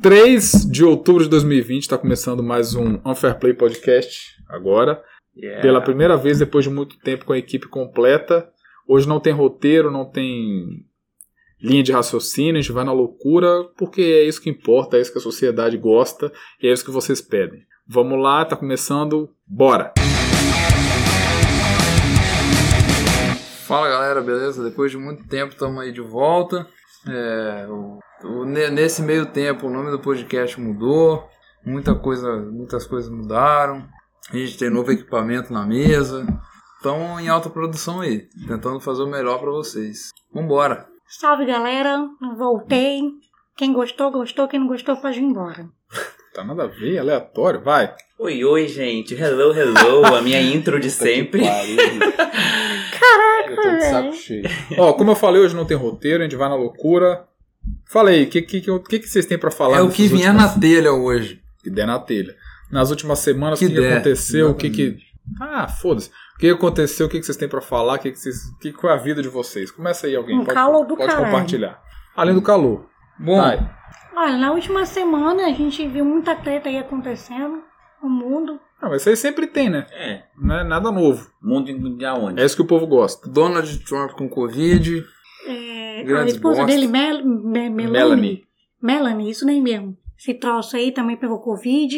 3 de outubro de 2020, está tá começando mais um Unfair Play Podcast agora. Yeah. Pela primeira vez depois de muito tempo com a equipe completa. Hoje não tem roteiro, não tem linha de raciocínio, a gente vai na loucura, porque é isso que importa, é isso que a sociedade gosta e é isso que vocês pedem. Vamos lá, tá começando, bora! Fala galera, beleza? Depois de muito tempo estamos aí de volta. É, o- o- ne- nesse meio tempo o nome do podcast mudou, muita coisa, muitas coisas mudaram. A gente tem novo equipamento na mesa. Estamos em alta produção aí, tentando fazer o melhor para vocês. Vambora! Salve galera, voltei. Quem gostou, gostou. Quem não gostou, pode ir embora. Tá nada a ver, aleatório, vai! Oi, oi, gente. Hello, hello. A minha intro de sempre. Eu tô de saco cheio. Ó, como eu falei, hoje não tem roteiro, a gente vai na loucura. Fala aí, o que, que, que, o que que vocês têm pra falar? É o nessas que vier últimas- na telha hoje. Que der na telha. Nas últimas semanas, o Que que, que der, aconteceu, o que que... Ah, foda-se. O que aconteceu, o que que vocês têm pra falar, o que que vocês... o que qual é a vida de vocês? Começa aí alguém, Um pode, calor do pode caralho. compartilhar. Além do calor. Bom, Vai. Olha, na última semana a gente viu muita treta aí acontecendo no mundo. Ah, mas isso aí sempre tem, né? É. Não é nada novo. Mundo de aonde? É isso que o povo gosta. Donald Trump com Covid. É, a Grandes esposa bosta. dele, Mel, Me- Melanie. Melanie. Melanie, isso nem mesmo. Esse troço aí também pegou Covid.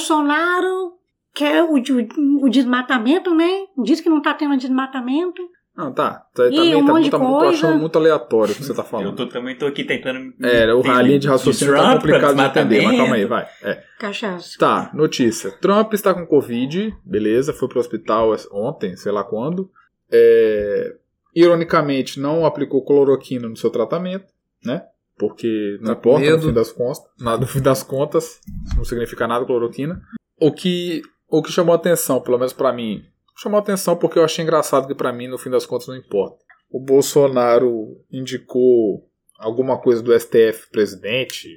Bolsonaro quer o, de- o desmatamento, né? Diz que não tá tendo desmatamento. Não, tá. Tá- Ih, também um tá, monte de tá- tô coisa. achando muito aleatório o que você tá falando. Eu tô, também tô aqui tentando. me- É, o entender. linha de raciocínio Trump, tá complicado de entender, mas desmatamento. calma aí, vai. É. Cachaça. Tá, notícia. Trump está com Covid, beleza, foi pro hospital es- ontem, sei lá quando. É, ironicamente, não aplicou cloroquina no seu tratamento, né? Porque não Tá com importa, no medo. fim das contas. na- No fim das contas, não significa nada cloroquina. O que, o que chamou atenção, pelo menos pra mim, chamou atenção porque eu achei engraçado que pra mim, no fim das contas, não importa. O Bolsonaro indicou alguma coisa do STF presidente,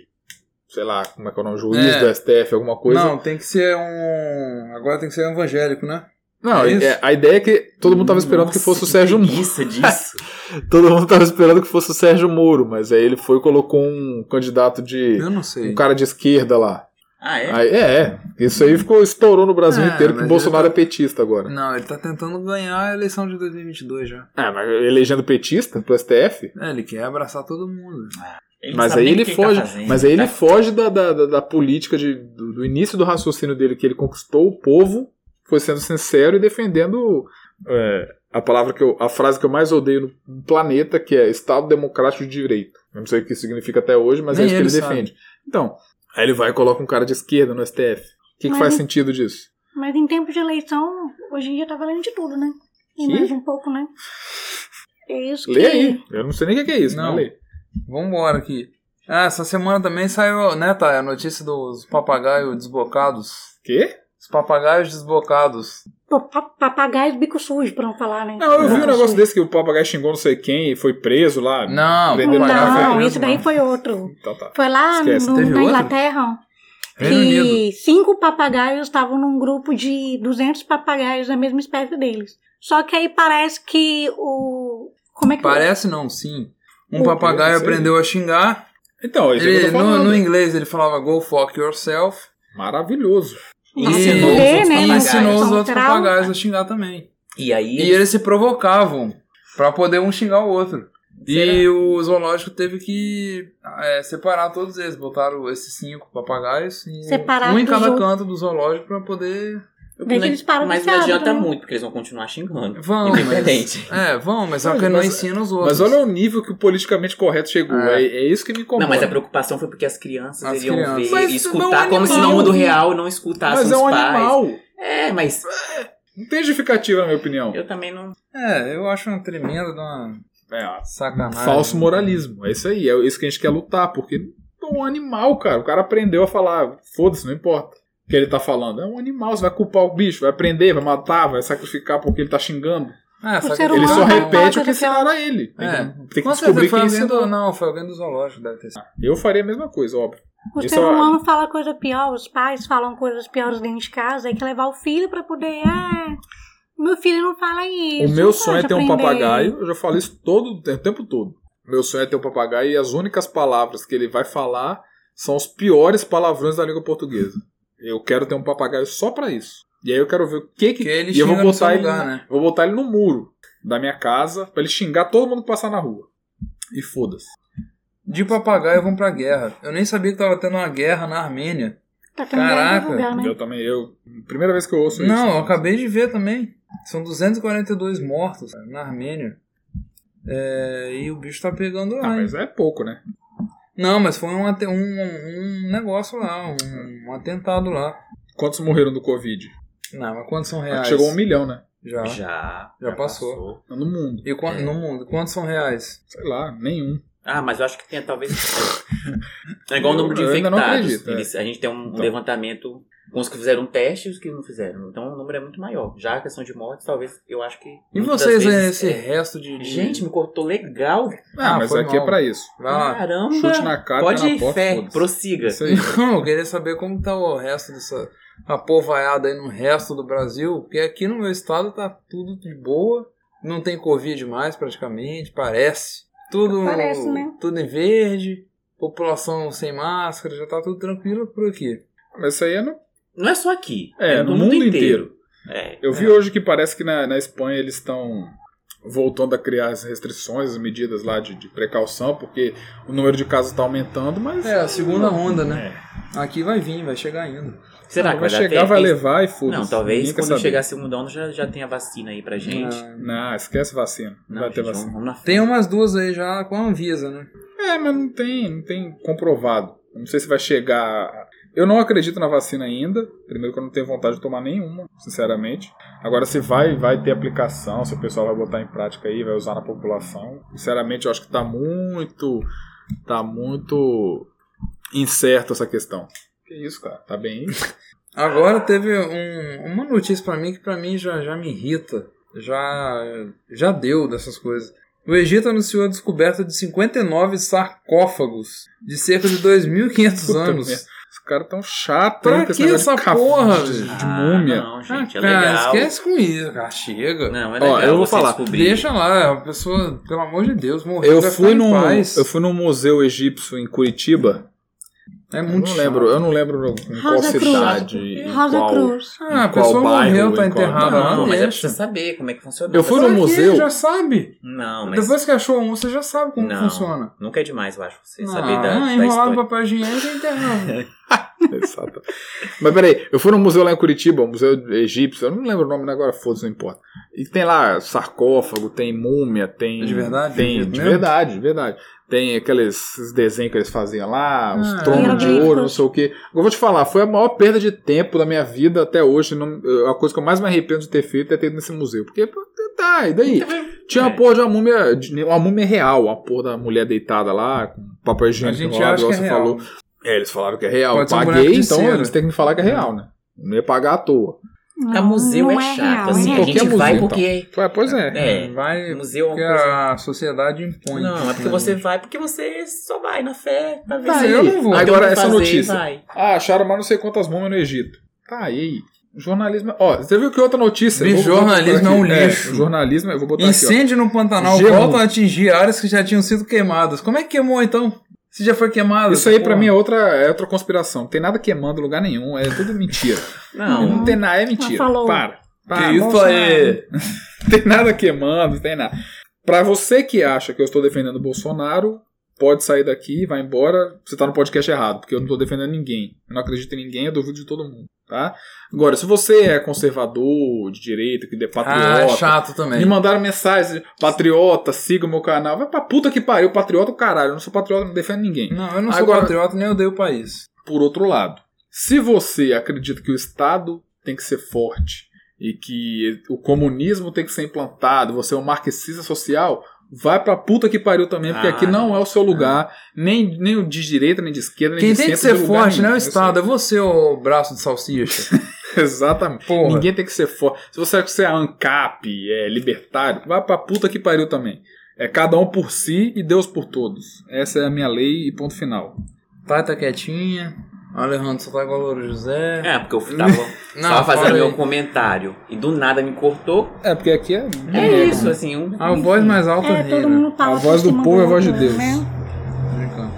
sei lá, como é que é o nome, juiz É. do STF, alguma coisa. Não, tem que ser um. Agora tem que ser um evangélico, né? Não, É isso? é- a ideia é que todo mundo tava esperando que Nossa, fosse o Sérgio Moro. preguiça disso. Todo mundo tava esperando que fosse o Sérgio Moro, mas aí ele foi e colocou um candidato de. Eu não sei. um cara de esquerda lá. Ah, é? Aí- é, é. Isso aí ficou, estourou no Brasil É, inteiro que mas o Bolsonaro ele é petista agora. Não, ele tá tentando ganhar a eleição de 2022 já. É, mas elegendo petista pro STF. É, ele quer abraçar todo mundo. Ele mas sabe aí nem ele o que foge. tá fazendo. mas aí ele Tá- foge da, da, da- da política de, do, do início do raciocínio dele que ele conquistou o povo, foi sendo sincero e defendendo é, a palavra que eu, a frase que eu mais odeio no planeta, que é Estado Democrático de Direito. Eu não sei o que isso significa até hoje, mas Nem é isso que ele ele sabe. defende. Então, aí ele vai e coloca um cara de esquerda no STF. O que, que Mas faz não- sentido disso? Mas em tempo de eleição, hoje em dia tá valendo de tudo, né? E Sim. mais um pouco, né? É isso Lê que... aí. Eu não sei nem o que que é isso, Não. mas lê. Vambora aqui. Ah, essa semana também saiu, né, tá? A notícia dos papagaios desbocados. Quê? Os papagaios desbocados. Pô, pa- Papagaios bico sujo, pra não falar, né? Não, eu vi um Bico negócio sujo. desse que o papagaio xingou não sei quem e foi preso lá. Não, prenderam papagaio o cara, Não, foi isso daí mesmo, foi outro. Então tá. Foi lá né? Esquece, no- teve na outro? Inglaterra Reino Unido. que cinco papagaios estavam num grupo de 200 papagaios da mesma espécie deles. Só que aí parece que o... Como é que... Parece não, sim. Um Pô, papagaio eu sei. aprendeu a xingar. Então, é isso que Ele, eu tô no, falando. no inglês ele falava go fuck yourself. Maravilhoso. Não, E- se Ensinou os outros E fuder, né? papagaios. ensinou os São outros trau- papagaios a xingar também. E aí E eles se provocavam pra poder um xingar o outro. E o zoológico teve que é, separar todos eles. Botaram esses cinco papagaios em, Separar um em dos cada outros. canto do zoológico pra poder. Daí que eles param Mas de não ser adianta hábito, né? muito, porque eles vão continuar xingando. Vão, Independente. mas. É, vão, mas só Mas- que não mas- ensina os outros. Mas olha o nível que o politicamente correto chegou. É. É, é isso que me incomoda. Não, mas a preocupação foi porque as crianças As iriam crianças. ver Mas e isso não é um escutar como se no animal. mundo real não escutassem Mas assim os é um pais. animal. É, mas Não tem justificativa, na minha opinião. eu também não. É, eu acho uma tremenda de uma É, Ah, ó, sacanagem. falso moralismo. É isso aí. É isso que a gente quer lutar. Porque é um animal, cara. O cara aprendeu a falar. Foda-se, não importa o que ele tá falando. É um animal. Você vai culpar o bicho, vai prender, vai matar, vai sacrificar porque ele tá xingando. É, ser sacanagem. Ele humano só não repete pode o que ser- ensinaram a ele. Tem É. que, tem que um Com certeza descobrir foi quem alguém do. ensinou. né? Não, foi alguém do zoológico, deve ter sido. Eu faria a mesma coisa, óbvio. O Isso ser é- humano fala coisa pior, os pais falam coisas piores dentro de casa, aí que levar o filho pra poder. Ah, meu filho não fala isso. O meu não sonho é pode ter um aprender." papagaio, eu já falo isso todo o tempo todo. Meu sonho é ter um papagaio e as únicas palavras que ele vai falar são os piores palavrões da língua portuguesa. Eu quero ter um papagaio só pra isso. E aí eu quero ver o que que. Porque ele e eu vou xinga no seu botar ele, lugar, na- né? vou botar ele no muro da minha casa pra ele xingar todo mundo que passar na rua. E foda-se. De papagaio vão pra guerra. Eu nem sabia que tava tendo uma guerra na Armênia. Tá tendo guerra em Caraca, todo lugar, né? Eu também, eu. Primeira vez que eu ouço isso. Não, eu acabei de ver também. São 242 mortos na Armênia. É, e o bicho tá pegando Ah, lá. hein? mas é pouco, né? Não, mas foi um, ate- um, um negócio lá, um, um atentado lá. Quantos morreram do Covid? Não, É, mas quantos são Acho reais? que Chegou a um milhão, né? Já. Já. Já passou. No mundo. E quan- no mundo, quantos são reais? Sei lá, nenhum. Ah, mas eu acho que tem talvez. é igual o número de Eu ainda não infectados. acredito, é. Eles- A gente tem um Então. levantamento com os que fizeram um teste e os que não fizeram. Então o número é muito maior. Já a questão de mortes, talvez, eu acho que. E muitas vocês aí, vezes esse é- resto de. de- Gente, me cortou legal. Ah, Ah, mas foi aqui mal. é pra isso. Vai lá. Caramba. Chute na cara, Pode pé na ir, porta, fé. foda-se. Prossiga. Isso aí. Não, eu queria saber como tá o resto dessa a povoada aí no resto do Brasil, porque aqui no meu estado tá tudo de boa, não tem covid mais praticamente, parece. Tudo Parece, né? tudo em verde, população sem máscara, já tá tudo tranquilo por aqui. Mas isso aí é no... Não é só aqui. É, no mundo inteiro. É. Eu vi hoje que parece que na, na Espanha eles estão voltando a criar as restrições, as medidas lá de, de precaução, porque o número de casos tá aumentando, mas. É, a segunda onda, né? É. Aqui vai vir, vai chegar ainda. Será que vai dar chegar, tempo? vai levar e foda Não, talvez ninguém quer quando saber. chegar a segunda onda já, já tenha vacina aí pra gente. Ah, Não, esquece vacina. Não, Não, vai ter gente, vamos, vacina. um vamos na frente. Tem umas duas aí já com a Anvisa, né? É, mas não tem, não tem comprovado. Eu Não sei se vai chegar. Eu não acredito na vacina ainda. Primeiro que eu não tenho vontade de tomar nenhuma, sinceramente. Agora se vai, vai ter aplicação, se o pessoal vai botar em prática aí, vai usar na população. Sinceramente, eu acho que tá muito tá muito incerto essa questão. Que isso, cara? Tá bem. Agora teve um- uma notícia pra mim que pra mim já, já me irrita. Já, já deu dessas coisas. O Egito anunciou a descoberta de 59 sarcófagos de cerca de 2.500 Puta anos. merda. Os caras tão chatos. Pra hein, com esse que negócio de essa caf- porra, de, velho? de Ah, múmia? Não, gente, é Ah, cara, legal. esquece com isso, cara. Chega. Não, é Ó, legal. eu vou você falar, descobrir. Deixa lá, a pessoa, pelo amor de Deus, morreu. Eu vai fui, ficar em num, paz. eu fui num museu egípcio em Curitiba. É Eu muito não lembro, eu não lembro em qual Rosa Cruz. cidade. em Rosa qual- Cruz. chato. Ah, a em qual pessoa bairro, morreu, tá em qual- enterrada Não, lá. mas é Deixa. preciso saber como é que funciona. Eu fui Mas- no Pra quê? museu- Já sabe. Não, mas Depois que achou um, você já sabe como Não. funciona. nunca é demais, eu acho, você Não, saber Ah, da, da enrolar história. o Ah, papel higiênico então. e enterrar. Exato. Mas peraí, eu fui num museu lá em Curitiba, um museu egípcio, eu não lembro o nome né, agora, foda-se, não importa. E tem lá sarcófago, tem múmia, tem. De verdade? Tem, de Mesmo? verdade, de verdade. Tem aqueles esses desenhos que eles faziam lá, uns Ah, tronos de hieroglíficos. ouro, não sei o quê. Eu vou te falar, foi a maior perda de tempo da minha vida até hoje. não- eu- a coisa que eu mais me arrependo de ter feito é ter ido nesse museu. Porque, pô, tá, e daí? Tinha uma É. porra de uma múmia, de né, uma múmia real, uma porra da mulher deitada lá, com papel A higiênico gente enrolado, acha que igual é você real. falou. É, eles falaram que é real. Pode ser eu um paguei, boneco de então cera. eles têm que me falar que é real, né? Não ia pagar à toa. A Não, museu é, não chato, real, assim, é. a gente Qualquer vai museu, porque... Falei, ah, pois é. É, Vai museu é uma porque coisa... a sociedade impõe. Não, é porque você vai porque você só vai na fé, pra ver Tá se... aí. tem o que Agora, essa notícia. vai. Ah, acharam mais não sei quantas múmias no Egito. Tá aí. Jornalismo. Ó, você viu que outra notícia? Bicho, Eu vou botar aqui. jornalismo é um lixo. o jornalismo, eu vou botar aqui. Incêndio no Pantanal Gelo. volta a atingir áreas que já tinham sido queimadas. Como é que queimou então? Se já foi Ó. queimado? Isso aí pra Porra. mim é outra, é outra conspiração. Não tem nada queimando em lugar nenhum. É tudo mentira. Não, Não, tem nada. É mentira. falou. Para. Para. Que isso Bolsonaro. aí? tem nada queimando, não tem nada. Pra você que acha que eu estou defendendo o Bolsonaro, pode sair daqui, vai embora. Você tá no podcast errado, porque eu não tô defendendo ninguém. Eu não acredito em ninguém, eu duvido de todo mundo, tá? Agora, se você é conservador, de direita, que é Ah, é patriota, chato também. me mandaram mensagem, patriota, siga o meu canal. Vai pra puta que pariu, patriota o caralho. Eu não sou patriota, não defendo ninguém. Não, eu não sou Agora- patriota nem odeio o país. Por outro lado, se você acredita que o Estado tem que ser forte e que o comunismo tem que ser implantado, você é um marxista social, vai pra puta que pariu também, porque Ah, aqui não é o seu lugar, nem, nem o de direita, nem de esquerda, nem Quem de tem que centro, ser de lugar forte não nenhum. é o Eu sei. Estado, é você, o braço de salsicha. Exatamente. Porra. Ninguém tem que ser forte. Se você acha que você é ANCAP, é libertário, vai pra puta que pariu também. É cada um por si e Deus por todos. Essa é a minha lei e ponto final. Tá, tá quietinha. Alejandro, só tá igual o Louro José. é porque eu tava, Não, tava fala fazendo aí. meu comentário e do nada me cortou. É, porque aqui é. É isso, assim, um... Ah, A Ah, voz mais alta É, reina. todo mundo fala A voz por do cima povo é a voz de outro, Deus. né? Brincando.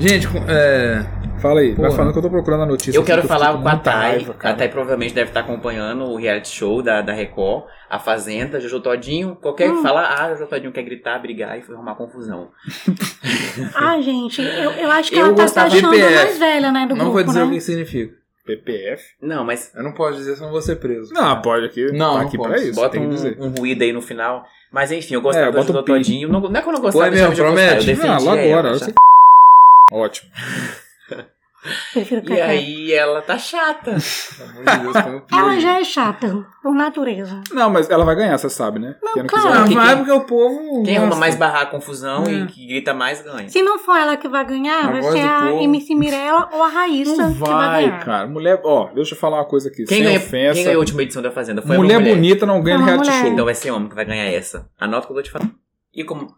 Gente, com- é, Fala aí, vai Porra. falando que eu tô procurando a notícia. Eu aqui, quero que falar fiquei com a muita Thay. raiva, a cara. Thay provavelmente deve estar acompanhando o reality show da, da Record, A Fazenda, Jojo Todinho. Qualquer Hum. fala, ah, Jojo Todinho quer gritar, brigar e arrumar confusão. Ah, gente, eu, eu acho que Eu ela tá se gostava de achando a PF. mais velha, né, do Não vou grupo, dizer o né? que significa. PPF? Não, mas Eu não posso dizer, senão vou ser preso. Não, pode aqui. Não, tá não aqui pode. pra isso, bota tem um, que dizer. um ruído aí no final. Mas enfim, eu gostava É, do bota Jojo um pi. Todinho. Não, não é que eu não gostava, Foi mas eu mesmo, já gostava, promete? É, Eu Ah, defendia lá agora. ela, eu já. sei que- Ótimo. Prefiro E Cacá. aí ela tá chata. Pelo amor de Deus, põe o pio Ela aí. já é chata, por natureza. Não, mas ela vai ganhar, você sabe, né? Quem não claro. quiser- Ah, Quem- vai quem- porque o povo. Quem gosta. arruma mais barrar a confusão É. e que grita mais ganha. Se não for ela que vai ganhar, A vai voz ser do a povo. MC Mirella ou a Raíssa Não que vai vai, ganhar. cara. Mulher, ó, deixa eu falar uma coisa aqui, Quem, sem ganha, ofensa. quem ganhou a última edição da Fazenda? Foi mulher, uma mulher. bonita não ganha Foi uma reality mulher. show. Então vai ser homem que vai ganhar essa. Anota o que eu vou te falar. E como.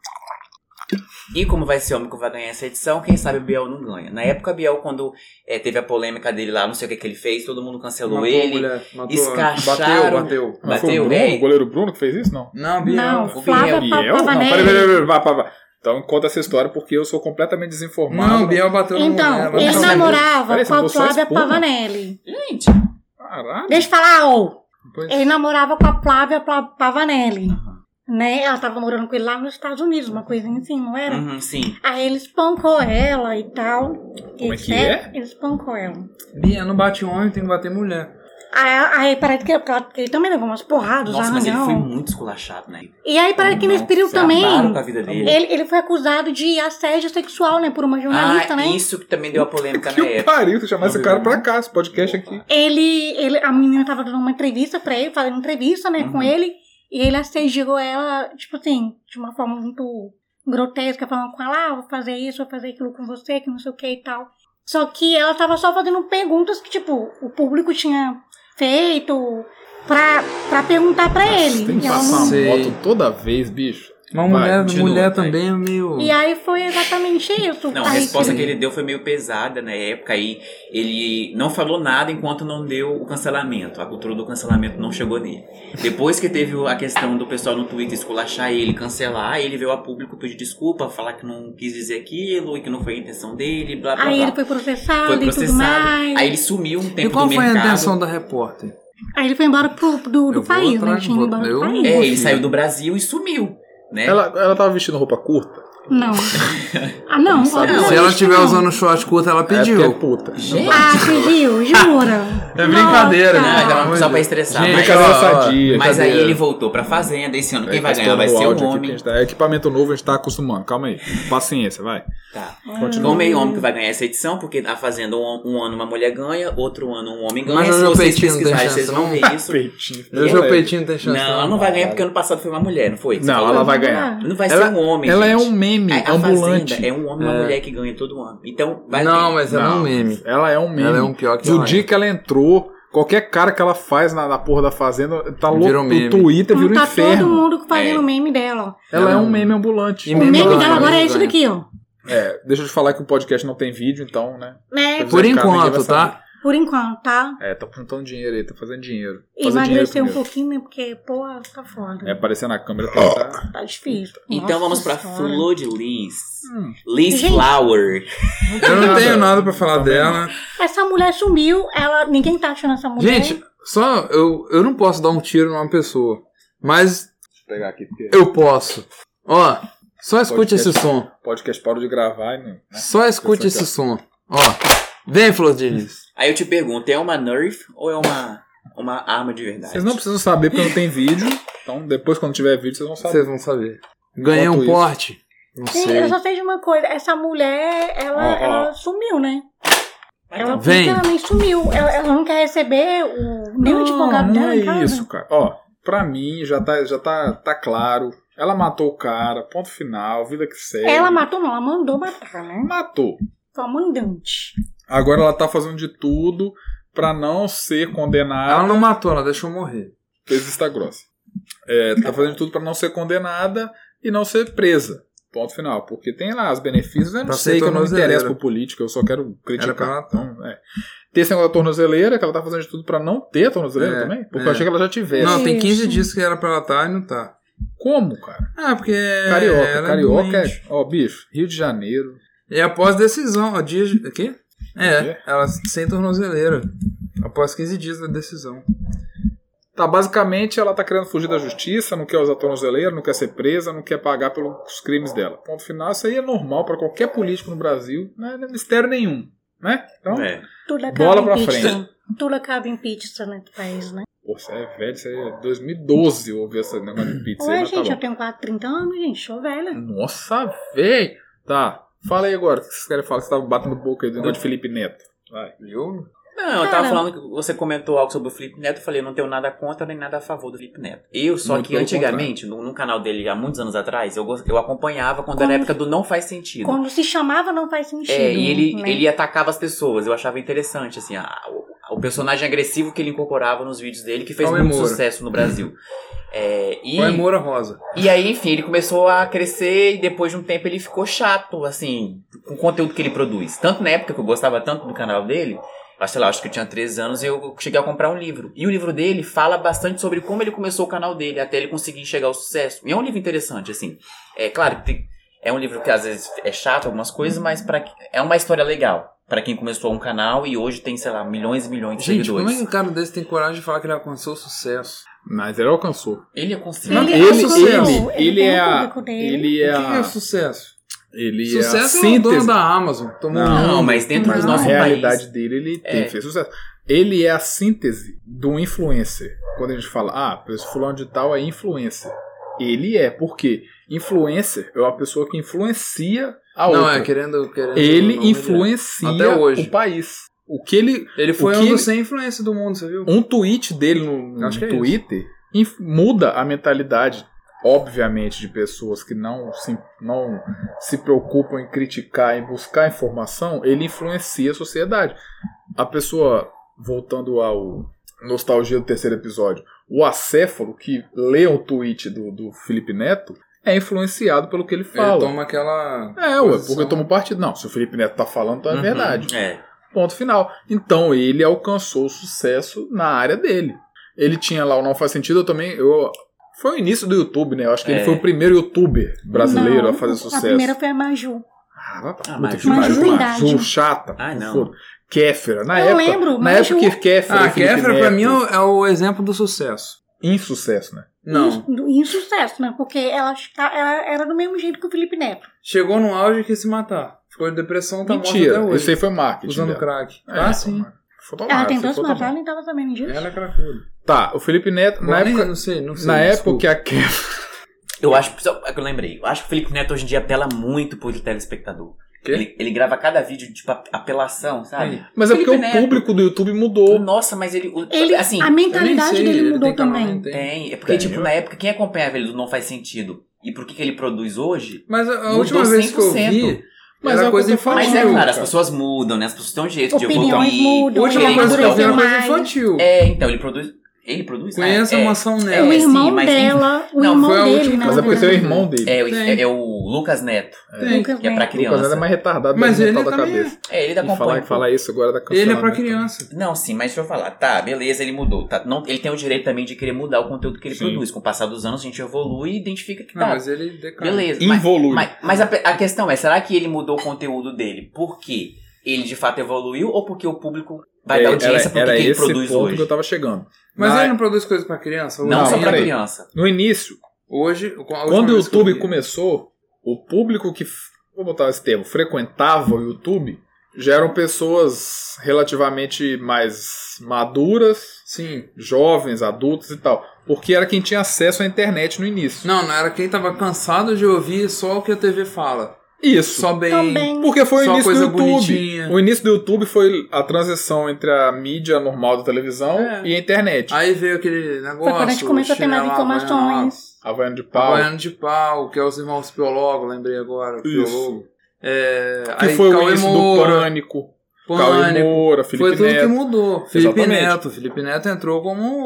E como vai ser homem que vai ganhar essa edição, quem sabe o Biel não ganha. Na época, o Biel, quando eh, teve a polêmica dele lá, não sei o que, que ele fez, todo mundo cancelou Matou a ele. mulher, matou a- escacharam. Bateu, bateu. Não foi bateu o, Bruno, bem. o goleiro Bruno que fez isso, não? Não, Biel. Não, Biel. Flávia E Pa- eu? Não, peraí, peraí, Pavanelli. peraí, pá, pá, pá. Então conta essa história porque eu sou completamente desinformado. Não, Biel bateu no Então, mulher. ele Não, namorava peraí, com a você não Flávia expõe. Pavanelli. Gente, Caralho. Deixa eu falar, ô. Pois- Ele namorava com a Flávia Pla- Pavanelli. Né? Ela tava namorando com ele lá nos Estados Unidos, uma coisinha assim, não era? uhum, sim. Aí ele espancou ela e tal. Como é etc. que é? Ele espancou ela. Biel não bate homem, tem que bater mulher. Aí, aí parece que é porque ela- porque ele também levou umas porradas, Nossa, mas ele arranhão. foi muito esculachado, né? E aí parece que nesse Nossa, período também, É, acabaram com a vida dele. ele, ele foi acusado de assédio sexual, né? Por uma jornalista, ah, né? isso que também deu a polêmica na Que época. pariu, tu chamar esse Não, cara não. pra cá, esse podcast aqui. Ele, ele, a menina tava dando uma entrevista pra ele, fazendo entrevista, né, com Uhum. ele, e ele assediou ela, tipo assim, de uma forma muito grotesca, falando com ela, ah, vou fazer isso, vou fazer aquilo com você, que não sei o que e tal. Só que ela tava só fazendo perguntas que, tipo, o público tinha feito pra, pra perguntar pra ele. Tem que E ela passar não- uma Sei. moto toda vez, bicho. Mas Vai, mulher, continua, mulher vai. também é meio. E aí foi exatamente isso. Não, a Aí- resposta que ele deu foi meio pesada na época e ele não falou nada enquanto não deu o cancelamento. A cultura do cancelamento não chegou nele. Depois que teve a questão do pessoal no Twitter esculachar ele, cancelar, ele veio a público pedir desculpa, falar que não quis dizer aquilo e que não foi a intenção dele, blá blá Aí blá. ele foi processado, Foi e tudo mais. processado. Aí ele sumiu um E tempo qual do foi a mercado. intenção da repórter? Aí ele foi embora pro, do, do Eu vou país, né? atrás, Tinha ido vou- embora do eu- país. É, ele saiu do Brasil e sumiu, né? Ela, ela tava vestindo roupa curta. Não. Ah, não. Não, Se ela acho que estiver não. usando short curto, ela É, pediu. porque é puta. Gente, Ah, você viu? Jura? É brincadeira, Não, Nossa. né? então, amor de só pra Deus. estressar. Gente, mas Brincadeira sadia. mas aí brincadeira. ele voltou pra fazenda. Esse ano É, quem vai Faz ganhar todo vai o ser o áudio aqui que a homem. gente tá- é equipamento novo, a gente tá acostumando. Calma aí. Paciência, vai. Tá. Continua. Então, meio homem que vai ganhar essa edição, porque a Fazenda, um, um ano uma mulher ganha, outro ano um homem ganha. Mas Se o vocês Peitinho não tem pesquisarem, chance, vocês vão não? ver isso. Peitinho. Eu já o peitinho tem chance. Não, ela não vai ganhar porque ano passado foi uma mulher, não foi? Você Não, falou? ela vai ganhar. Não vai Ela- ser um homem. Ela é gente. um meme A- a ambulante. Fazenda é um homem e uma mulher que ganha todo ano. Então, vai Não, ter. mas ela é um meme. Ela é um meme. Ela é um pior que Do ela é. dia que ela entrou, qualquer cara que ela faz na, na porra da fazenda, tá Virou louco. meme. O Twitter vira um tá todo inferno. mundo fazendo É. meme dela. Ela é Ela um meme ambulante. E O Meme meme ganha, dela agora é meme esse ganha. daqui, ó. É, deixa eu te falar que o podcast não tem vídeo, então, né? Né? Pois Por é, cara, enquanto, ninguém vai tá? Por enquanto, tá? É, tá juntando dinheiro aí, tá fazendo dinheiro. Fazer dinheiro Emagrecer um primeiro. pouquinho, né? Porque, pô, tá foda. É, aparecendo na câmera pra tá... Tá difícil. Então vamos pra Senhora. Flor de Liz. Hum. Liz Gente. Flower. Eu não tenho nada pra Tá falar Também dela. Essa mulher sumiu, ela... ninguém tá achando essa mulher. Gente, só eu, eu não posso dar um tiro numa pessoa, mas Deixa eu pegar aqui, porque eu posso. Ó, só escute esse som. o podcast parou de gravar e não. né? Só escute esse som. Ó, vem, Flor de Lis. Aí eu te pergunto, é uma Nerf ou é uma, uma arma de verdade? Vocês não precisam saber porque não tem vídeo. Então, depois, quando tiver vídeo, vocês vão saber. Vocês vão saber. Ganhei Enquanto um isso. porte. Não Sim, eu sei. só sei de uma coisa. Essa mulher, ela, Ó, ó. ela sumiu, né? Ela Vem. nem sumiu. Ela, ela não quer receber o, nem o advogado não dela em é casa. isso, cara. Ó, pra mim já tá, já tá, tá claro. Ela matou o cara, ponto final, vida que segue. Ela matou, não. Ela mandou matar, né? matou. Foi a mandante. Agora ela tá fazendo de tudo pra não ser condenada. Ela não matou, ela deixou morrer. Fez vista grossa. É, tá fazendo de tudo pra não ser condenada e não ser presa. Ponto final. Porque tem lá os benefícios, eu não Pra ser é sei que eu não me tornozeleira. interesso por política, eu só quero Era pra criticar. ela- Então, é. Tem esse negócio da tornozeleira, que ela tá fazendo de tudo pra não ter tornozeleira É, também. Porque é. eu achei que ela já tivesse. Não, tem 15 Isso. dias que era pra ela estar e não tá. Como, cara? Ah, porque. Carioca, ela é carioca é, doente. ó, bicho, Rio de Janeiro. E após decisão, ó, dias. O quê? É, ela sem tornozeleira. Após 15 dias da decisão. Tá, basicamente ela tá querendo fugir da justiça, não quer usar tornozeleira, não quer ser presa, não quer pagar pelos crimes dela. Ponto final, isso aí é normal pra qualquer político no Brasil, não é mistério nenhum, né? Então, É. Tudo acaba Bola em pra pizza. Tudo acaba em pizza no país, né? pô, você é velho, isso aí é 2012 eu ouvi esse negócio de pizza aí, Ué, mas tá gente, eu bom. tenho quase 30 anos, gente, sou velha. Nossa, velho! Tá, fala aí agora, o que vocês querem falar? que Você tava batendo boca aí do negócio de Felipe Neto. Vai. Viu? Não, eu tava Cara. falando que você comentou algo sobre o Felipe Neto, eu falei, eu não tenho nada contra nem nada a favor do Felipe Neto. Eu, só Muito que pelo antigamente, no, no canal dele há muitos anos atrás, eu, gos- eu acompanhava quando era Quando- a época do Não Faz Sentido. Quando se chamava não faz sentido. É, e ele, né? ele atacava as pessoas, eu achava interessante, assim, a- o, o personagem agressivo que ele incorporava nos vídeos dele, que fez Cauê muito Moura. sucesso no Brasil. É, e, Vai Moura Rosa. e aí, enfim, ele começou a crescer e depois de um tempo ele ficou chato, assim, com o conteúdo que ele produz. Tanto na época que eu gostava tanto do canal dele, acho, sei lá, acho que eu tinha 13 anos, eu cheguei a comprar um livro. E o livro dele fala bastante sobre como ele começou o canal dele, até ele conseguir chegar ao sucesso. E é um livro interessante, assim. É claro que tem- é um livro que às vezes é chato algumas coisas, mas para é uma história legal. Pra quem começou um canal e hoje tem, sei lá, milhões e milhões de Gente, como é seguidores. que um cara desse tem coragem de falar que ele alcançou sucesso? Mas ele alcançou. Ele é conseguiu. Ele, Ele- é alcançou, ele- ele tem é o a- público dele. Ele é o que que é a. sucesso? Ele é a sucesso é, o dono síntese. da Amazon. Tomou Não, um Não, nome. mas dentro do Não. Na nosso realidade país. dele, ele É. tem, fez sucesso. Ele é a síntese do influencer. Quando a gente fala, ah, esse fulano de tal é influencer. Ele é, porque influencer é uma pessoa que influencia a Não, outra. é querendo. querendo ele o nome influencia Até hoje. o país. O que ele. dele. Ele foi o um que dos ele- 100 influência do mundo, você viu? Um tweet dele no, no Acho que é Twitter inf- muda a mentalidade, obviamente, de pessoas que não se, não se preocupam em criticar, em buscar informação, ele influencia a sociedade. A pessoa, voltando ao nostalgia do terceiro episódio, o acéfalo que lê o tweet do, do Felipe Neto é influenciado pelo que ele Ele fala. toma aquela. É, ué, posição. porque toma partido. Não, se o Felipe Neto tá falando, então é Uhum. verdade. É. Ponto final. Então ele alcançou o sucesso na área dele. Ele tinha lá o Não Faz Sentido, eu também. Eu, foi o início do YouTube, né? Eu acho que ele É. foi o primeiro youtuber brasileiro Não, a fazer A sucesso. primeira foi a Maju. Ah, vai pra Ah, puta Maju. que pariu, Maju, Maju, idade. chata. Ah, não. foda. Kéfera, na Eu época. lembro, na Maju. época que Kéfera. Ah, e Felipe Kéfera pra Neto, mim é o, Tá é o exemplo do sucesso. Insucesso, né? Não. Em- do- Em sucesso, né? Porque ela, está- ela era do mesmo jeito que o Felipe Neto. Chegou no auge e quis se matar. Ficou de depressão, tá morto Mentira. até hoje. Esse aí foi marketing. usando dela. crack. É, ah, sim. tomara. Foi tomara, Ela foi tentou se tomara. matar, nem tava sabendo disso. Ela é cracuda. Tá, o Felipe Neto, Bom, na nem- época, Não sei, não sei. na época desculpa. que a Kéfera. Eu acho, só é que eu lembrei, eu acho que o Felipe Neto hoje em dia apela muito pro telespectador. Quê? Ele, ele grava cada vídeo de pa- apelação, sabe? Mas é porque Felipe o Neto. público do YouTube mudou. Nossa, mas ele. o- Ele, assim, a Eu nem mentalidade sei, dele ele mudou tem canal, também. não tem. tem. É porque, Tem. tipo, na época, quem acompanhava ele do não faz sentido. E por que, que ele produz hoje? Mas a, a Mudou última vez que eu 100%. vi. Mas Mas é era o coisa que eu tô falando. infantil. Mas é claro, as cara. pessoas mudam, né? As pessoas têm um jeito de Opiniões evoluir. A mudam, né? última Ele é coisa que eu vi era mudou. mudou. coisa é um mais. infantil. É, então, ele produz. Ele produz? né? Conheça é, a mansão É, o nela. sim, irmão mas nem- dela, o Não, irmão foi a dele, né? última- na Mas é porque tem o verdade. irmão dele. É, o- Tem. é o Lucas Neto, Tem. Lucas que Lucas é pra Neto. Neto criança. é mais retardado Mas do ele mental da também cabeça. É, ele dá E falar, acompanha. falar isso agora da né? Ele é pra criança. Não, sim, mas deixa eu falar. Tá, beleza, ele mudou. Tá, não, ele tem o direito também de querer mudar o conteúdo que ele Sim. produz. Com o passar dos anos, a gente evolui e identifica que Não, tá. mas ele decaiu. beleza. Mas, Involui. mas, mas a, pe- a questão é, será que ele mudou o conteúdo dele porque ele de fato evoluiu ou porque o público vai dar audiência pro que, que ele É, esse produz ponto que hoje? eu tava chegando. Mas é- Na- ele não produz coisa pra criança? Não, Não, só pra peraí. criança. No início, Hoje, com a última quando o vez que eu YouTube vi. começou, o público que, f- vou botar esse termo, frequentava o YouTube, já eram pessoas relativamente mais maduras, Sim. jovens, adultos e tal. Porque era quem tinha acesso à internet no início. Não, não era quem tava cansado de ouvir só o que a TV fala. Isso. Só bem. Também. Porque foi Só o início do coisa YouTube. bonitinha. O início do YouTube foi a transição entre a mídia normal da televisão É. e a internet. Aí veio aquele negócio. Foi quando a gente começou a ter mais chinelada, informações. Havaiano de pau. Havaiano de pau, que é os irmãos Piologo, lembrei agora. Piologo. É, Que aí foi o Cauê início do Moura, Pânico. Cauê Pânico. Moura, Foi Felipe tudo que Neto. mudou. Felipe Exatamente. Neto. Felipe Neto entrou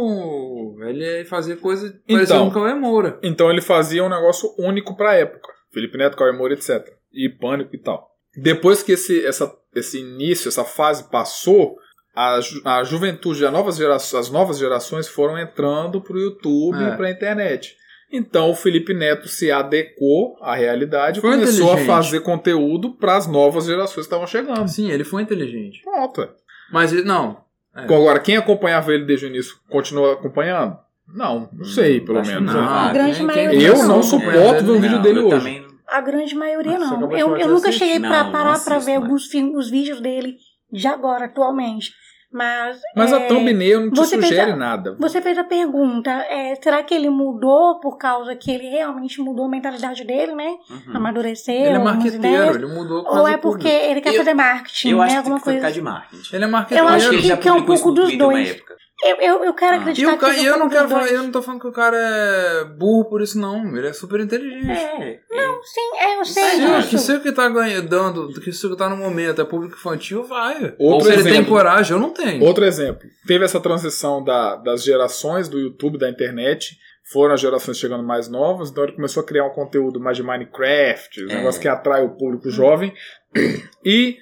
como. Ele fazia coisa Então. parecida com Cauê Moura. Então ele fazia um negócio único pra época. Felipe Neto, Cauê Moura, etc. E Pânico e tal. Depois que esse, essa, esse início, essa fase passou, a, ju- a juventude, a novas gera- as novas gerações foram entrando pro YouTube É. e pra internet. Então o Felipe Neto se adequou à realidade e Foi começou a inteligente. fazer conteúdo para as novas gerações que estavam chegando. Sim, ele foi inteligente. Pronto. é. Mas ele- não. É. Agora, quem acompanhava ele desde o início continua acompanhando? Não, não sei, pelo acho que menos. não. né? A grande Ah, quem- é maioria quem- Eu quem- não quem- suporto quem- ver um vídeo É, Não, dele eu hoje. também- A grande maioria Você não. acabou de Eu, falar que eu você nunca assiste. cheguei pra Não, parar não pra assisto ver mais. alguns filmes, os vídeos dele de agora, atualmente. Mas. Mas é, a thumbnail não te você sugere pensa- nada. Você fez a pergunta, é, será que ele mudou por causa que ele realmente mudou a mentalidade dele, né? Uhum. Amadureceu, Ele é algumas marqueteiro, ideias. ele mudou Ou quase é tudo. porque ele quer Eu- fazer marketing, Eu né? acho que tem Alguma que ficar coisa. de marketing. Ele é Eu marqueteiro. acho ele que- já que é um publicou isso pouco no dos Twitter uma dois. época. Eu, eu, eu quero Ah. E, acreditar o ca- que. e eu não quero falar, eu não tô falando que o cara é burro por isso, não. Ele é super inteligente. É, Não, sim, é, eu sei Mas Se eu o- acho. que disso. se o que tá ganhando, dando, que se o que tá no momento é público infantil, vai. Outro Se ele tem exemplo. coragem, eu não tenho. Outro exemplo. Teve essa transição da- das gerações do YouTube, da internet. Foram as gerações chegando mais novas, então ele começou a criar um conteúdo mais de Minecraft, um É. negócio que atrai o público jovem. E,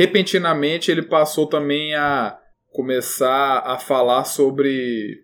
repentinamente, ele passou também a começar a falar sobre,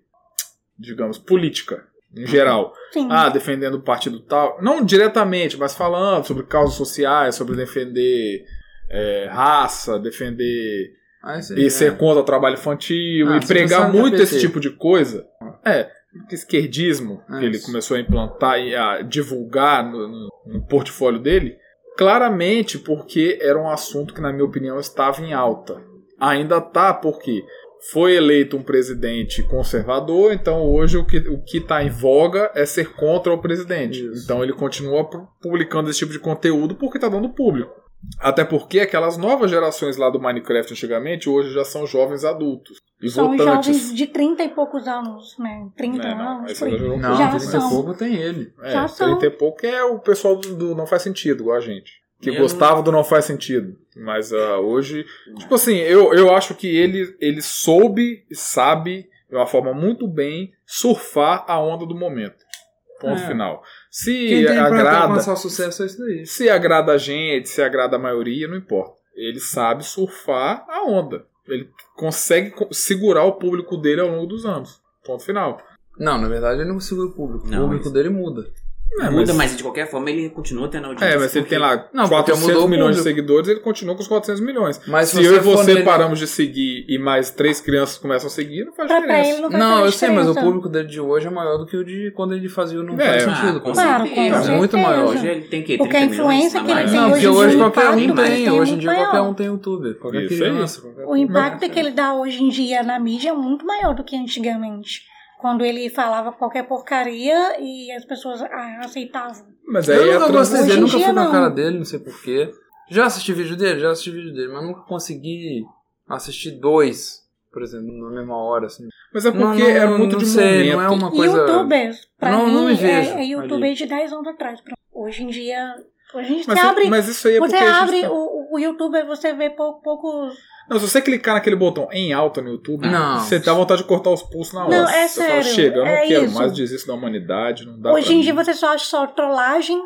digamos, política em geral. Sim. Ah, defendendo o partido tal. Não diretamente, mas falando sobre causas sociais, sobre defender eh, raça, defender Aí é. você- e ser contra o trabalho infantil Ah, e se pregar pensar no muito PT. esse tipo de coisa. É, esquerdismo É que ele isso. começou a implantar e a divulgar no, no- no portfólio dele, claramente porque era um assunto que, na minha opinião, estava em alta. Ainda tá, porque foi eleito um presidente conservador, então hoje o que o que está em voga é ser contra o presidente. Isso. Então ele continua pu- publicando esse tipo de conteúdo porque está dando público. Até porque aquelas novas gerações lá do Minecraft antigamente, hoje já são jovens adultos e São votantes. jovens de 30 e poucos anos, né? 30 É, não, anos. esse por aí. já gerou um Não, Já pouco, né? trinta e são. pouco tem ele. É, Já são. 30 e pouco é o pessoal do, do Não Faz Sentido, igual a gente. Que Eu- gostava do Não Faz Sentido. Mas ah, hoje. Tipo assim, eu, eu acho que ele, ele soube e sabe, de uma forma muito bem, surfar a onda do momento. Ponto É. final. Quem Se tem pra agrada. alcançar o sucesso é isso daí. Se agrada a gente, se agrada a maioria, não importa. Ele sabe surfar a onda. Ele consegue co- segurar o público dele ao longo dos anos. Ponto final. Não, na verdade ele não segura o público. Não, o público isso- dele muda. É, Muda, mas- mas de qualquer forma ele continua tendo audiência. É, mas se ele porque- tem lá Não, porque 400 mudou o milhões de público. seguidores, ele continua com os 400 milhões. Mas se eu e for você nele- paramos de seguir e mais três crianças começam a seguir, não faz Pra, pra diferença. ele não vai Não, fazer eu sei, mas o diferença. público dele de hoje é maior do que o de quando ele fazia o não É. faz Ah, sentido. com Claro, certeza. é com Muito certeza. maior. Hoje ele tem que Porque a influência que ele tem Não, hoje porque em hoje dia o qualquer um impacto, mas tem. tem Hoje em muito dia maior. qualquer um tem youtuber. Qualquer Isso, é criança. isso. qualquer- O impacto que ele dá hoje em dia na mídia é muito maior do que antigamente. Quando ele falava qualquer porcaria e as pessoas ah, aceitavam. Mas aí Eu é nunca trans- gostei dele, Hoje em nunca dia, fui na não. cara dele, não sei porquê. Já assisti vídeo dele, já assisti vídeo dele, mas nunca consegui assistir dois, por exemplo, na mesma hora, assim. Mas é porque Não, não, é não, muito não de sei, não é momento. uma coisa... Youtubers, pra Não, mim, não me vejo é, é ali. youtuber de 10 anos atrás. Pronto. Hoje em dia, hoje em dia Mas, você é- abre, mas isso aí é você porque a gente abre tá- o, o youtuber, você vê pou- poucos Não, se você clicar naquele botão em alta no YouTube, Não. você dá vontade de cortar os pulsos na hora. Não, é Você fala, sério, Chega, eu não é quero isso. mais desistir da humanidade, não dá Hoje pra em mim." dia você só acha só trollagem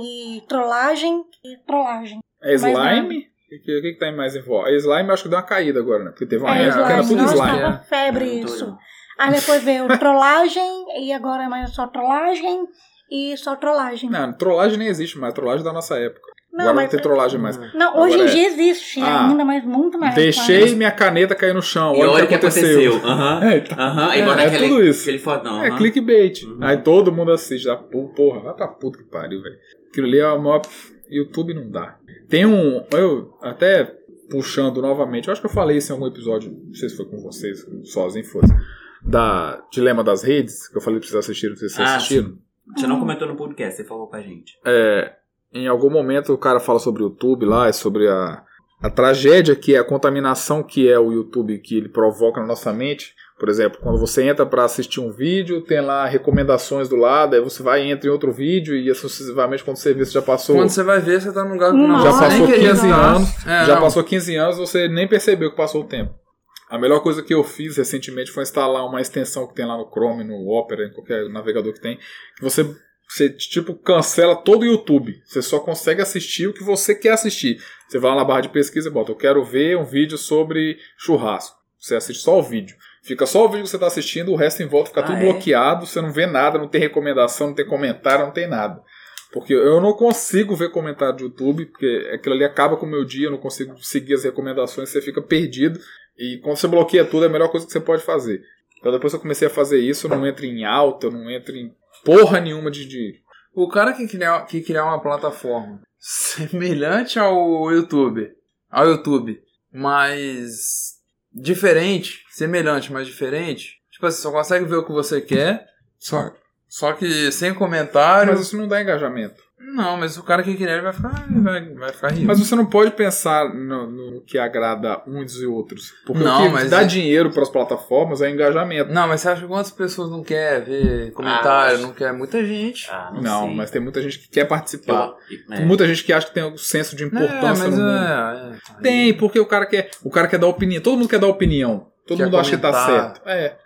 e trollagem e trollagem. É Mas slime? O que, o que que tá mais em voga? Slime eu acho que deu uma caída agora, né? Porque teve uma É, época que era slime. tudo Nossa, slime. né? tava febre Era tudo. isso. Aí depois veio trollagem e agora é mais só trollagem e só trollagem. Não, trollagem nem existe mais, trollagem da nossa época. Não, agora mas- não tem trollagem mais. Não, hoje em Agora é. dia existe Ah, ainda, mas muito mais. Deixei claro. minha caneta cair no chão, E olha o que aconteceu. Aham. É, então, Aham. É, E bota é aquele- tudo isso. Aquele fodão. é aham. clickbait. Uhum. Aí todo mundo assiste. Ah, pô, porra, vai pra puta que pariu, velho. Aquilo ali é a maior. YouTube não dá. Tem um. Eu até puxando novamente, eu acho que eu falei isso em algum episódio, não sei se foi com vocês, sozinho fosse. Da Dilema das Redes, que eu falei pra vocês assistirem, não sei se vocês Ah, assistiram. Você não comentou no podcast, você falou com a gente. É, em algum momento o cara fala sobre o YouTube lá, é sobre a, a tragédia que é a contaminação que é o YouTube que ele provoca na nossa mente. Por exemplo, quando você entra para assistir um vídeo, tem lá recomendações do lado, aí você vai e entra em outro vídeo e assim sucessivamente quando você vê você já passou Quando você vai ver, você tá num lugar que Uma não já hora, passou nem queria 15 estar. anos, É, já não. passou 15 anos, você nem percebeu que passou o tempo. A melhor coisa que eu fiz recentemente foi instalar uma extensão que tem lá no Chrome, no Opera, em qualquer navegador que tem, que você você tipo cancela todo o YouTube. Você só consegue assistir o que você quer assistir. Você vai lá na barra de pesquisa e bota, eu quero ver um vídeo sobre churrasco. Você assiste só o vídeo. Fica só o vídeo que você está assistindo, o resto em volta fica Ah, tudo é? bloqueado, você não vê nada, não tem recomendação, não tem comentário, não tem nada. Porque eu não consigo ver comentário do YouTube, porque aquilo ali acaba com o meu dia, eu não consigo seguir as recomendações, você fica perdido. E quando você bloqueia tudo, é a melhor coisa que você pode fazer. Então depois que eu comecei a fazer isso, eu não entro em alta, eu não entro em porra nenhuma de. de... O cara que criar, que criar uma plataforma semelhante ao YouTube, ao YouTube, mas diferente, semelhante, mas diferente. Tipo assim, só consegue ver o que você quer, só, só que sem Mas comentários. isso não dá engajamento. Não, mas o cara que criar ele vai ficar, ah, vai, vai ficar rindo. Mas você não pode pensar no, no que agrada uns e outros. Porque Não, o que mas dá é- dinheiro para as plataformas é engajamento. Não, mas você acha que quantas pessoas não quer ver comentário, Ah, não quer? Muita gente. Ah, não, Não, sei. mas tem muita gente que quer participar. Eu- Tem é. Muita gente que acha que tem um senso de importância é, mas no mundo. é, é. Tem, porque o cara quer. O cara quer dar opinião. Todo mundo quer dar opinião. Todo Quer mundo acha que tá comentar. certo. É.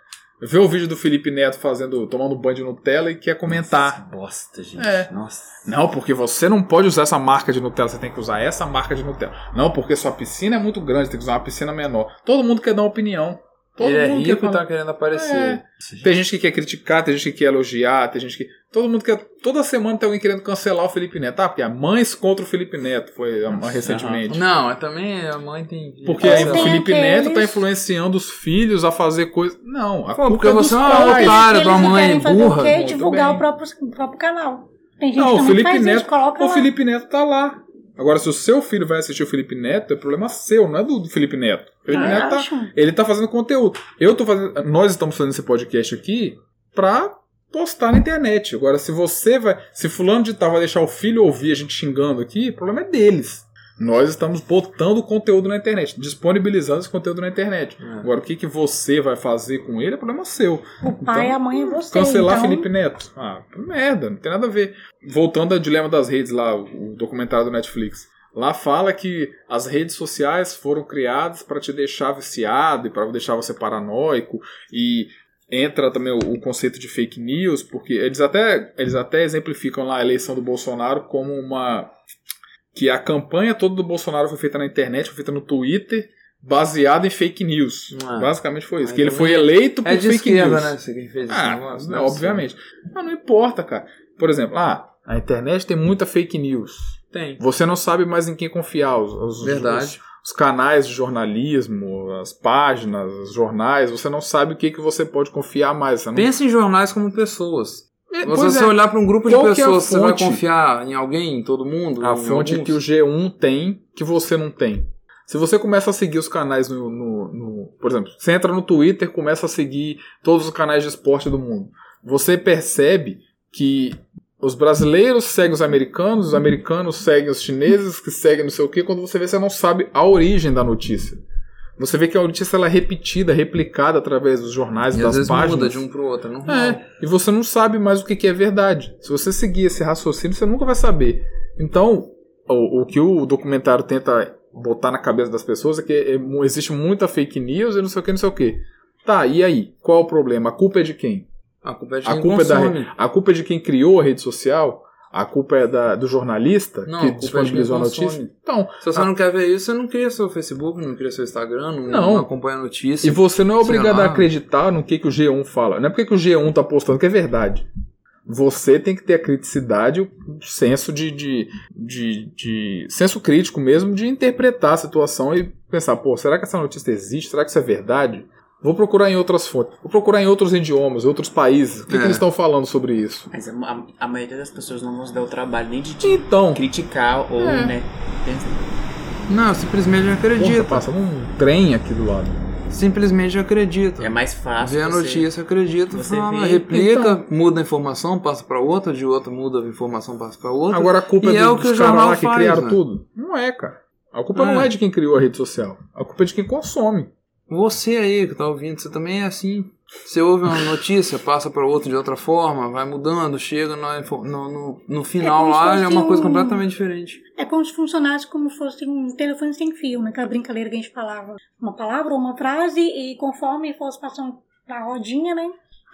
Vê o vídeo do Felipe Neto fazendo. tomando banho de Nutella e quer comentar. Nossa, que bosta, gente. É. Nossa. Não, porque você não pode usar essa marca de Nutella, você tem que usar essa marca de Nutella. Não, porque sua piscina é muito grande, tem que usar uma piscina menor. Todo mundo quer dar opinião. Todo Ele é mundo rico e falar. É. tá querendo aparecer. Tem gente que quer criticar, tem gente que quer elogiar, tem gente que. Todo mundo quer. Toda semana tem alguém querendo cancelar o Felipe Neto. Ah, porque a mães contra o Felipe Neto foi a- Nossa, recentemente. Não, é também a mãe tem. Porque Ou aí o tem Felipe aqueles- Neto tá influenciando os filhos a fazer coisa. Não, a Pô, culpa porque é dos você é uma pais. otária. Cara, Eles tua não mãe querem fazer burra, o quê? muito Divulgar bem. o próprio, o próprio canal. Tem gente Não, que o também Felipe faz Neto- isso, coloca O lá. Felipe Neto tá lá. Agora, se o seu filho vai assistir o Felipe Neto, é problema seu, não é do Felipe Neto. O Felipe Ah, Neto tá, acho. ele tá fazendo conteúdo. Eu tô fazendo, nós estamos fazendo esse podcast aqui pra postar na internet. Agora, se você vai, se fulano de tal vai deixar o filho ouvir a gente xingando aqui, o problema é deles. Nós estamos botando conteúdo na internet, disponibilizando esse conteúdo na internet. É. Agora, o que, que você vai fazer com ele é problema seu. O pai e Então, a mãe é você. Cancelar então, Felipe Neto. Ah, que merda, não tem nada a ver. Voltando ao dilema das redes lá, o documentário do Netflix. Lá fala que as redes sociais foram criadas para te deixar viciado e para deixar você paranoico e entra também o, o conceito de fake news, porque eles até eles até exemplificam lá a eleição do Bolsonaro como uma que a campanha toda do Bolsonaro foi feita na internet, foi feita no Twitter, baseada em fake news. Ah. Basicamente foi isso, Aí que ele também foi eleito por É de fake esquerda, news. né? Você quem fez esse Ah, negócio? não, Deve ser. obviamente. Mas não importa, cara. Por exemplo, ah, a internet tem muita fake news. Tem. Você não sabe mais em quem confiar. Os, os- Verdade. Os, os canais de jornalismo, as páginas, os jornais, você não sabe o que, que você pode confiar mais. Você não... Pensa em jornais como pessoas. É, Você pois se é. olhar pra um grupo de Qual que é a pessoas, você vai fonte? confiar em alguém, em todo mundo? A em fonte alguns? que o G1 tem que você não tem. Se você começa a seguir os canais no, no- no- Por exemplo, você entra no Twitter começa a seguir todos os canais de esporte do mundo. Você percebe que os brasileiros seguem os americanos, os americanos seguem os chineses, que seguem não sei o quê. Quando você vê, você não sabe a origem da notícia. Você vê que a notícia ela é repetida, replicada através dos jornais, E às das vezes páginas. muda de um pro outro, é normal. É, e você não sabe mais o que, que é verdade. Se você seguir esse raciocínio, você nunca vai saber. Então, o, o que o documentário tenta botar na cabeça das pessoas é que é mu- existe muita fake news e não sei o que, não sei o que. Tá, e aí? Qual é o problema? A culpa é de quem? A culpa é de A quem culpa é da consome. A culpa é de quem criou a rede social? A culpa é da, do jornalista Não, a que culpa é de disponibilizou a quem consome. notícia? Então, Se você não quer ver isso, você não cria seu Facebook, não cria seu Instagram, não, Não. acompanha notícia. e você não é Sei obrigado lá. a acreditar no que, que o G1 fala. Não é porque que o G1 tá postando que é verdade. Você tem que ter a criticidade, o senso de, de, de, de- senso crítico mesmo, de interpretar a situação e pensar, pô, será que essa notícia existe? Será que isso é verdade? Vou procurar em outras fontes, vou procurar em outros idiomas, outros países. O que, que É. eles estão falando sobre isso? Mas a, a- a maioria das pessoas não vão se dar o trabalho nem de te Então, criticar ou, É. né? pensa- Não, simplesmente não porra, acredita. passa um trem aqui do lado. Simplesmente acredita. É mais fácil. Vê a você- notícia, acredita, você fala, vê. Então. replica, muda a informação, passa pra outra, de outra muda a informação, passa pra outra. Agora a culpa E é, é do- o que dos o caras jornal lá que faz, criaram né? tudo? Não é, cara. A culpa não É. é de quem criou a rede social. A culpa é de quem consome. Você aí que tá ouvindo, você também é assim. Você ouve uma notícia, passa pra outra de outra forma, vai mudando, chega na info- no, no, no final É como se lá, é fosse uma coisa um- completamente diferente. É como se funcionasse como fosse um telefone sem fio, naquela brincadeira que a gente falava. Uma palavra ou uma frase, e conforme fosse passando pra rodinha, né?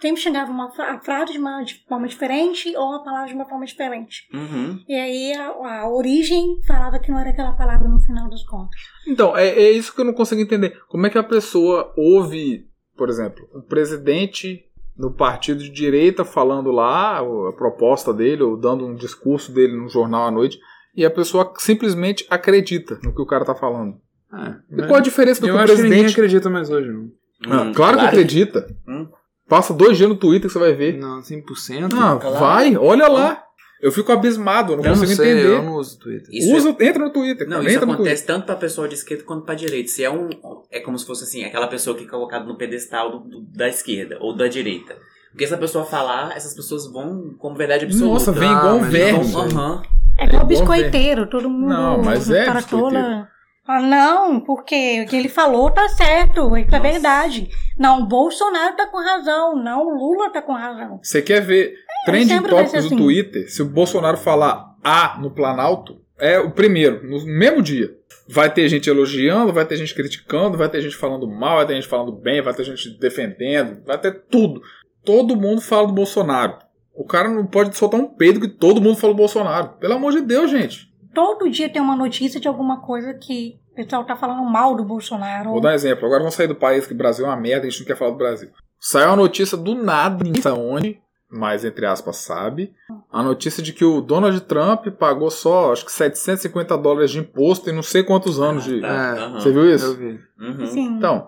Sempre chegava uma fra- a frase de uma de forma diferente ou a palavra de uma forma diferente. Uhum. E aí a, a origem falava que não era aquela palavra no final dos contos. Então, é, é isso que eu não consigo entender. Como é que a pessoa ouve por exemplo, um presidente no partido de direita falando lá a proposta dele, ou dando um discurso dele no jornal à noite, e a pessoa simplesmente acredita no que o cara tá falando. Ah, E qual a diferença do Né? que eu o acho que ninguém presidente. acredita mais hoje, não. Ah, Hum, claro que acredita. Hum. Passa dois dias no Twitter que você vai ver. Não, 100%. Ah, Claro. vai, olha lá. Eu fico abismado, eu não eu não consigo sei, entender. eu não uso Twitter. Isso Usa, entra no Twitter. Não, cara, isso entra no Twitter. acontece tanto pra pessoa de esquerda quanto pra direita. Se é um. É como se fosse assim, aquela pessoa que é colocada no pedestal do- do- da esquerda ou da direita. Porque se a pessoa falar, essas pessoas vão como verdade absoluta. Nossa, vem igual um mas verme. não- Aham. É igual É biscoiteiro, todo mundo. Não, mas é cara biscoiteiro. tola. Ah, não, porque o que ele falou tá certo, isso é Nossa. verdade. Não, o Bolsonaro tá com razão, não, o Lula tá com razão. Você quer ver trending sempre vai topics ser do assim. Twitter? Se o Bolsonaro falar A no Planalto, é o primeiro, no mesmo dia. Vai ter gente elogiando, vai ter gente criticando, vai ter gente falando mal, vai ter gente falando bem, vai ter gente defendendo, vai ter tudo. Todo mundo fala do Bolsonaro. O cara não pode soltar um peido que todo mundo fala do Bolsonaro. Pelo amor de Deus, gente. Todo dia tem uma notícia de alguma coisa que o pessoal tá falando mal do Bolsonaro. Vou dar um exemplo. Agora vamos sair do país, que o Brasil é uma merda, a gente não quer falar do Brasil. Saiu a notícia do nada, ninguém sabe onde, mas entre aspas sabe, a notícia de que o Donald Trump pagou só, acho que 750 dólares de imposto em não sei quantos anos de... Ah, tá. É, Aham. Você viu Eu isso? vi. Uhum. Sim. Então,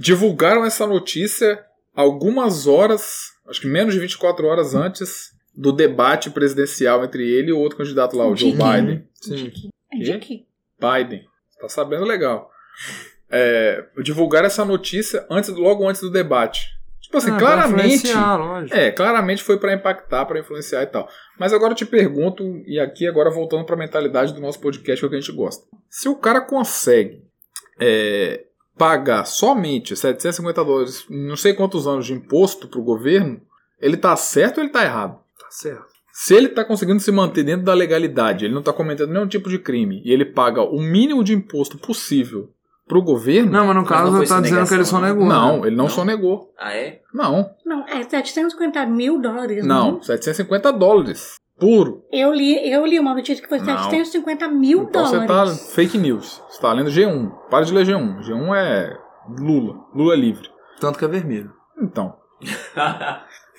divulgaram essa notícia algumas horas, acho que menos de 24 horas antes do debate presidencial entre ele e o outro candidato lá, o Joe De quem? Biden. Sim. Tipo, de que? Biden. Tá sabendo legal. É, divulgaram essa notícia antes, logo antes do debate. Tipo assim, Ah, pra claramente. influenciar, lógico. É, claramente foi pra impactar, pra influenciar e tal. Mas agora eu te pergunto, e aqui agora voltando pra mentalidade do nosso podcast, que é o que a gente gosta. Se o cara consegue é, pagar somente 750 dólares, não sei quantos anos de imposto pro governo, ele tá certo ou ele tá errado? Tá certo. Se ele está conseguindo se manter dentro da legalidade, ele não está cometendo nenhum tipo de crime e ele paga o mínimo de imposto possível pro governo, Não, mas no caso não foi tá dizendo que ele só sonegação, né? negou. não, né? ele não, Não. sonegou. Ah, é? Não, Não, é 750 mil dólares. né? não, 750 dólares puro. Eu li, eu li uma notícia que foi Não. 750 mil Então você tá dólares. fake news. Você tá lendo G1. Para de ler G1. G1 é Lula, Lula livre. Tanto que é vermelho. Então,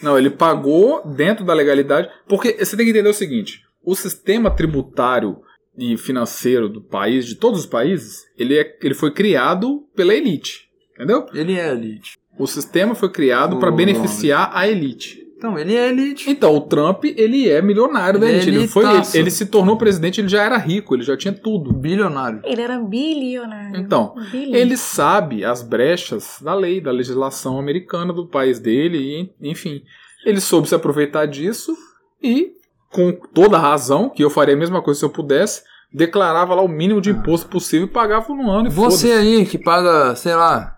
Não, ele pagou dentro da legalidade. Porque você tem que entender o seguinte: o sistema tributário e financeiro do país, de todos os países, ele, é, ele foi criado pela elite. Entendeu? Ele é elite. O sistema foi criado para Oh, beneficiar a elite. Então, ele é elite. Então, o Trump, ele é milionário da Ele é elite. Ele, foi, elitaço. ele se tornou presidente, ele já era rico, ele já tinha tudo. Bilionário. Ele era bilionário. Então, Bilionário. Ele sabe as brechas da lei, da legislação americana do país dele, e enfim. Ele soube se aproveitar disso e, com toda a razão, que eu faria a mesma coisa se eu pudesse, declarava lá o mínimo de imposto possível e pagava no ano. E Você foda-se. aí que paga, sei lá.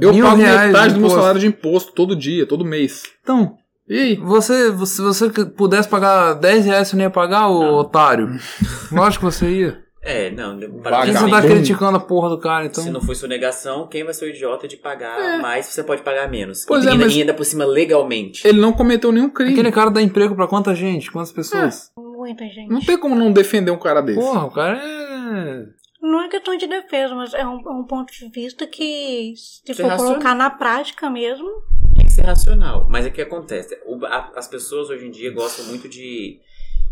eu mil pago reais metade de do meu imposto. salário de imposto todo dia, todo mês. Então, E aí? você, você- se você que pudesse pagar 10 reais, você não ia pagar, ô Não. otário? lógico que você ia. é, não. de- Por que você Vagabundo. tá parabéns. criticando a porra do cara, então? Se não foi sonegação, quem vai ser o idiota de pagar mais, você pode pagar menos. É. Pois e, é, ainda, mas- e ainda por cima legalmente. Ele não cometeu nenhum crime. Aquele cara dá emprego pra quanta gente? Quantas pessoas? Muita gente. Não tem como não defender um cara desse. Porra, o cara é. Não é questão de defesa, mas é um, é um ponto de vista que, se Isso é for racional. colocar na prática mesmo, Tem que ser racional. Mas é que acontece. O- a- as pessoas hoje em dia gostam muito de,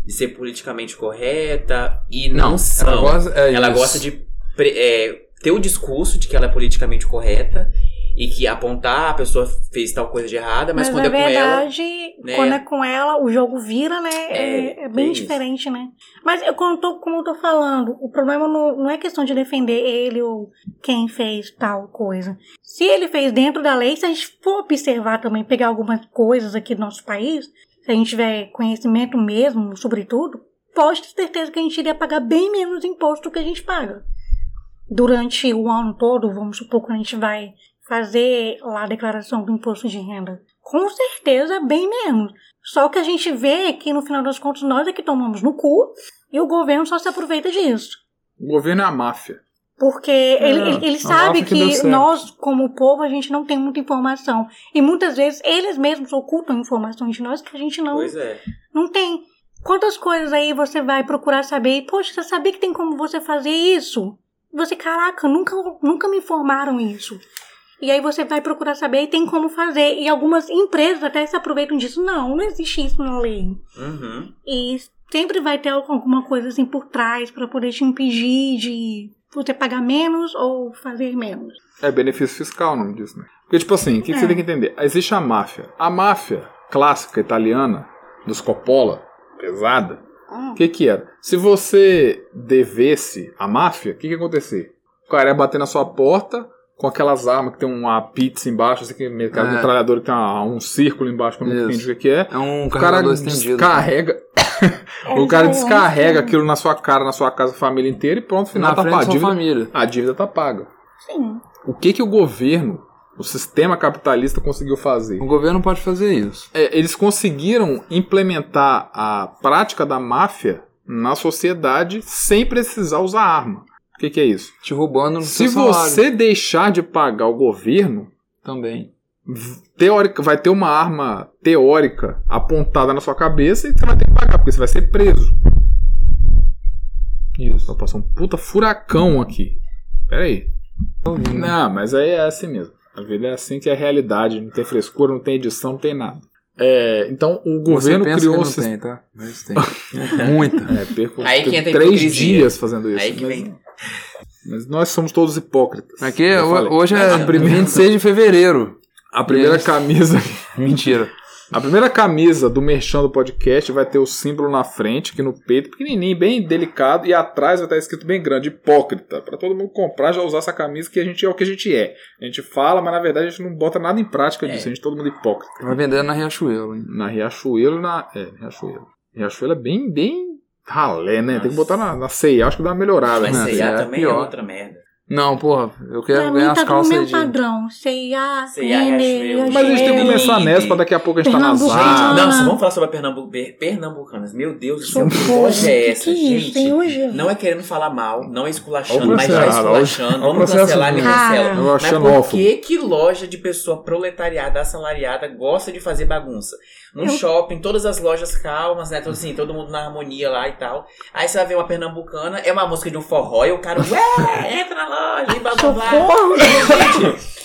de ser politicamente correta e não, são. Ela gosta, é Ela isso. gosta de pre- é, ter o discurso de que ela é politicamente correta e que apontar "Ah, a pessoa fez tal coisa de errada, mas, mas, quando na é com ela. verdade, né? quando é com ela, o jogo vira, né? É, É, é bem é isso. diferente, né? Mas eu, como, eu tô, como eu tô falando, o problema não, não é questão de defender ele ou quem fez tal coisa. Se ele fez dentro da lei, se a gente for observar também, pegar algumas coisas aqui do nosso país, se a gente tiver conhecimento mesmo sobre tudo, pode ter certeza que a gente iria pagar bem menos imposto do que a gente paga. Durante o ano todo, vamos supor, quando a gente vai fazer lá a declaração do imposto de renda. Com certeza, bem menos. Só que a gente vê que no final das contas nós é que tomamos no cu e o governo só se aproveita disso. O governo é a máfia. Porque ele, É, ele, ele a sabe máfia que deu que, certo. nós, como povo, a gente não tem muita informação. E muitas vezes eles mesmos ocultam informações de nós que a gente não, Pois é. não tem. Quantas coisas aí você vai procurar saber? E, poxa, você sabia que tem como você fazer isso? Você, caraca, nunca, nunca me informaram isso. E aí você vai procurar saber e tem como fazer. E algumas empresas até se aproveitam disso. Não, não existe isso na lei. Uhum. E sempre vai ter alguma coisa assim por trás para poder te impedir de você pagar menos ou fazer menos. É benefício fiscal o nome disso, né? Porque, tipo assim, o que, que você É. tem que entender? Existe a máfia. A máfia clássica italiana, dos Coppola, pesada, o que que era? Se você devesse a máfia, o que que ia acontecer? O cara ia bater na sua porta com aquelas armas que tem uma pizza embaixo, assim, que aquela É. metralhadora que tem uma- um círculo embaixo, que eu não Isso. entendi o que que é. É um O cara carregador estendido. descarrega, É, o um cara descarrega aquilo na sua cara, na sua casa, família inteira e pronto, final Na tá pago. A frente da sua dívida, família. a dívida tá paga. Sim. O que que o governo, o sistema capitalista conseguiu fazer? O governo pode fazer isso. É, eles conseguiram implementar a prática da máfia na sociedade sem precisar usar arma. O que, que é isso? Te roubando no Se seu salário. você deixar de pagar o governo, Também. v- teórica, vai ter uma arma teórica apontada na sua cabeça e você vai ter que pagar, porque você vai ser preso. Isso, vai passar um puta furacão aqui. Pera aí. Tô Tá ouvindo. Não, mas aí é assim mesmo. A vida é assim que é a realidade. Não tem frescura, não tem edição, não tem nada. É, então o Você governo pensa criou um que não sistema. tem, tá? Mas tem. Muita. É, perco Aí que entra a três hipocrisia. dias fazendo isso. Aí que mas, vem. mas nós somos todos hipócritas. Aqui, Eu ho- falei. hoje é 26 de fevereiro. a primeira Yes. camisa, Mentira. a primeira camisa do Merchan do podcast vai ter o símbolo na frente, aqui no peito, pequenininho, bem delicado, e atrás vai estar escrito bem grande, hipócrita, Pra todo mundo comprar já usar essa camisa que a gente é o que a gente é. A gente fala, mas na verdade a gente não bota nada em prática disso, a gente é todo mundo hipócrita. Vai vender na Riachuelo, hein? Na Riachuelo, na. É, Riachuelo. Riachuelo é bem, bem ralé, né? Tem que botar na, na C&A, acho que dá uma melhorada. Mas né? C&A é também pior. é outra merda. Não, porra, eu Pra quero mim ganhar tá as tudo no calças meu de. padrão. C&A, C&A, Riachuelo. Renner, Mas a gente tem que Riachuelo. começar nessa pra daqui a pouco a gente tá nas Pernambucano. áreas. Ah. Gente, não, se vamos falar sobre a Pernambu per- Pernambucanas. Meu Deus do céu, que Socorro, loja é que essa, que é isso? gente? Tem hoje? Não é querendo falar mal, não é Olha esculachando, o mas tá processo, olha o- esculachando. olha o Vamos processo cancelar, me mesmo. cancela. Cara. Eu Mas acho por xenófobo. que, que loja de pessoa proletariada, assalariada, gosta de fazer bagunça? Num Eu- shopping, todas as lojas calmas, né? Todo, assim, todo mundo na harmonia lá e tal. Aí você vai ver uma pernambucana, é uma música de um forró e o cara, ué, entra na loja e blá blá blá. Socorro! Gente,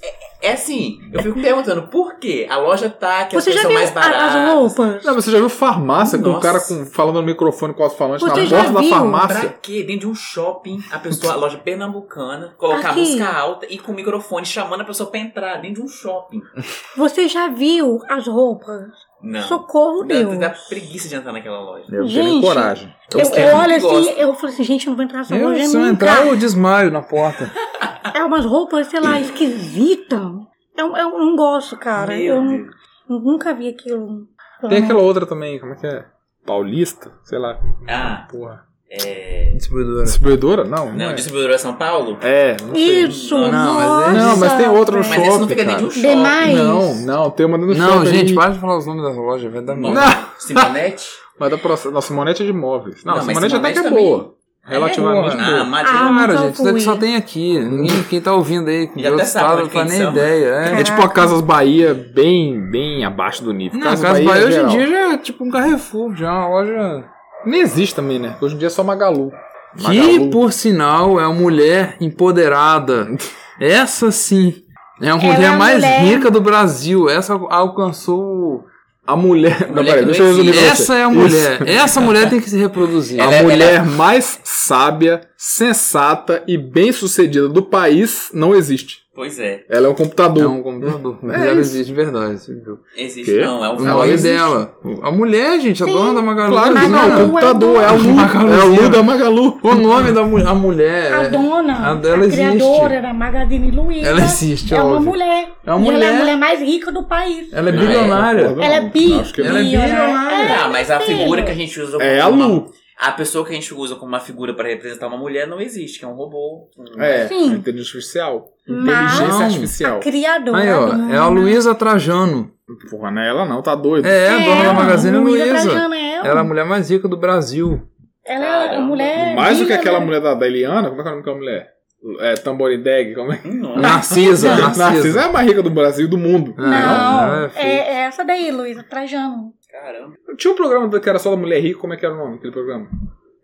é, é assim, eu fico perguntando por quê? A loja tá, que as Você coisas já são viu mais as as baratas. roupas? Não, mas você já viu farmácia com o Nossa. cara com- falando no microfone com as falantes na Você já porta da viu? Pra farmácia? quê? Dentro de um shopping, a pessoa, a loja pernambucana, colocar Aqui. música alta e com o microfone chamando a pessoa pra entrar dentro de um shopping. Você já viu as roupas? Não. Socorro, Deus. Dá, dá preguiça de entrar naquela loja. Eu Gente, tenho nem coragem. Eu, Os técnicos olho assim, gostam. eu falo assim, gente, eu não vou entrar nessa Eu, loja se eu nunca. entrar, eu desmaio na porta. É umas roupas, sei lá, esquisitas. É Eu, eu um, não gosto, cara. então- Meu eu Deus. nunca vi aquilo. Então, Tem aquela outra também, como é que é? Paulista? Sei lá, Ah, porra. é. Distribuidora. Distribuidora? Não, não, Não, é. distribuidora São Paulo? É, não sei. Isso, Não, não, mas nossa, é- Não, mas tem outra no Mas velho. essa não shopping, fica dentro de cara. um shopping. Demais. Não, não, tem uma no Não, shopping gente, aí. para de falar os nomes das lojas, vai dar Não. merda. Não. Simonete? Mas dá processo. Nossa, Simonete é de imóveis. Não, Não, mas Simonete até que é Simonete boa. É? Relativamente Porra. boa. Ah, Ah, Madrid. Cara, nunca gente, isso daqui fui. só tem aqui. Ninguém, quem tá ouvindo aí com Já outro até sabe estado não de faz quem nem são. ideia. É. É tipo a Casas Bahia bem, bem abaixo do nível. Não, Casa Bahia, hoje em geral. dia já é tipo um Carrefour, já é uma loja. Nem existe também, né? Hoje em dia é só Magalu. Que, por sinal, é uma mulher empoderada. Essa sim. É a mulher é a mais mulher- rica do Brasil. Essa alcançou. A mulher. Não, Mulher peraí, que deixa eu não resumir pra você. Essa é a mulher. Essa mulher tem que se reproduzir. A Ela é- mulher mais sábia, sensata e bem-sucedida do país não existe. Pois é. Ela é um computador. É um computador. Mas É ela isso. existe de verdade. Você viu? Existe Quê? não, é um O Ela nome existe. dela. A mulher, gente, a Sim. dona da Magalu. Claro que não, Imagina. é um computador, é a Lu. Magalu. É a Lu da Magalu. O nome da mu- a mulher. A é- dona, a a, dela existe. criadora da Magazine Luiza. Ela existe, É uma óbvio. mulher. É uma E ela é a mulher. mulher mais rica do país. Ela é Não é. bilionária. Não, Ela é bi. acho que não. Ela é bilionária. Ah, mas a filho. figura que a gente usa como É a uma- Lu. a pessoa que a gente usa como uma figura pra representar uma mulher não existe, que é um robô. Um- É, Sim. inteligência artificial. Mas- Inteligência Não. artificial. é Criadora. Aí, ó, dona. é a Luísa Trajano. Porra, não é ela não, tá doido. É, a dona da ela, Magazine Luiza. Trajano, ela. Ela é a mulher mais rica do Brasil. Ela é a Caramba. mulher. Mais do que rica, aquela né? mulher da, da Eliana, como é que é o nome daquela mulher? É, Tamborindeg, como é? Hum, Nossa. Narcisa. Narcisa. é a mais rica do Brasil e do mundo. Ah, ela Não, é é, feia. é essa daí, Luísa Trajano. Caramba. Tinha um programa da- que era só da mulher rica, como é que era o nome daquele programa?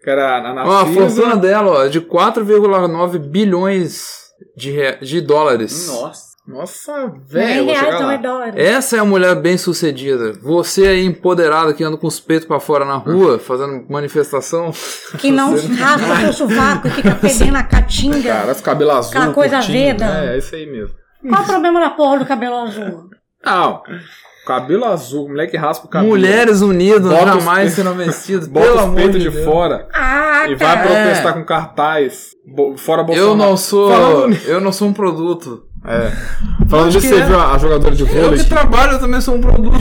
Que era a Ó, a Narcisa. fortuna dela, ó, é de 4,9 bilhões de, rea- de dólares. Hum, Nossa. Nossa, É, velho. eu vou reais chegar não lá. é dólar. Essa é a mulher bem sucedida. Você aí empoderada que anda com os peitos pra fora na rua, fazendo manifestação. Que não raspa seu sovaco e fica fedendo a caatinga. Cara, os cabelos azul. Aquela coisa curtinho, veda. né? É, isso aí mesmo. Qual o problema da porra do cabelo azul? Não, cabelo azul, moleque raspa o cabelo. Mulheres unidas, Bota os jamais peitos- serão vencidas. Pelo Bota os amor peitos de, Deus. fora Ah, e vai cara. protestar com cartaz. bo- fora Bolsonaro. Eu não sou. Falando Eu não sou um produto. Falando disso, que você é. viu a, a jogadora de Eu vôlei? que trabalho, eu também sou um produto.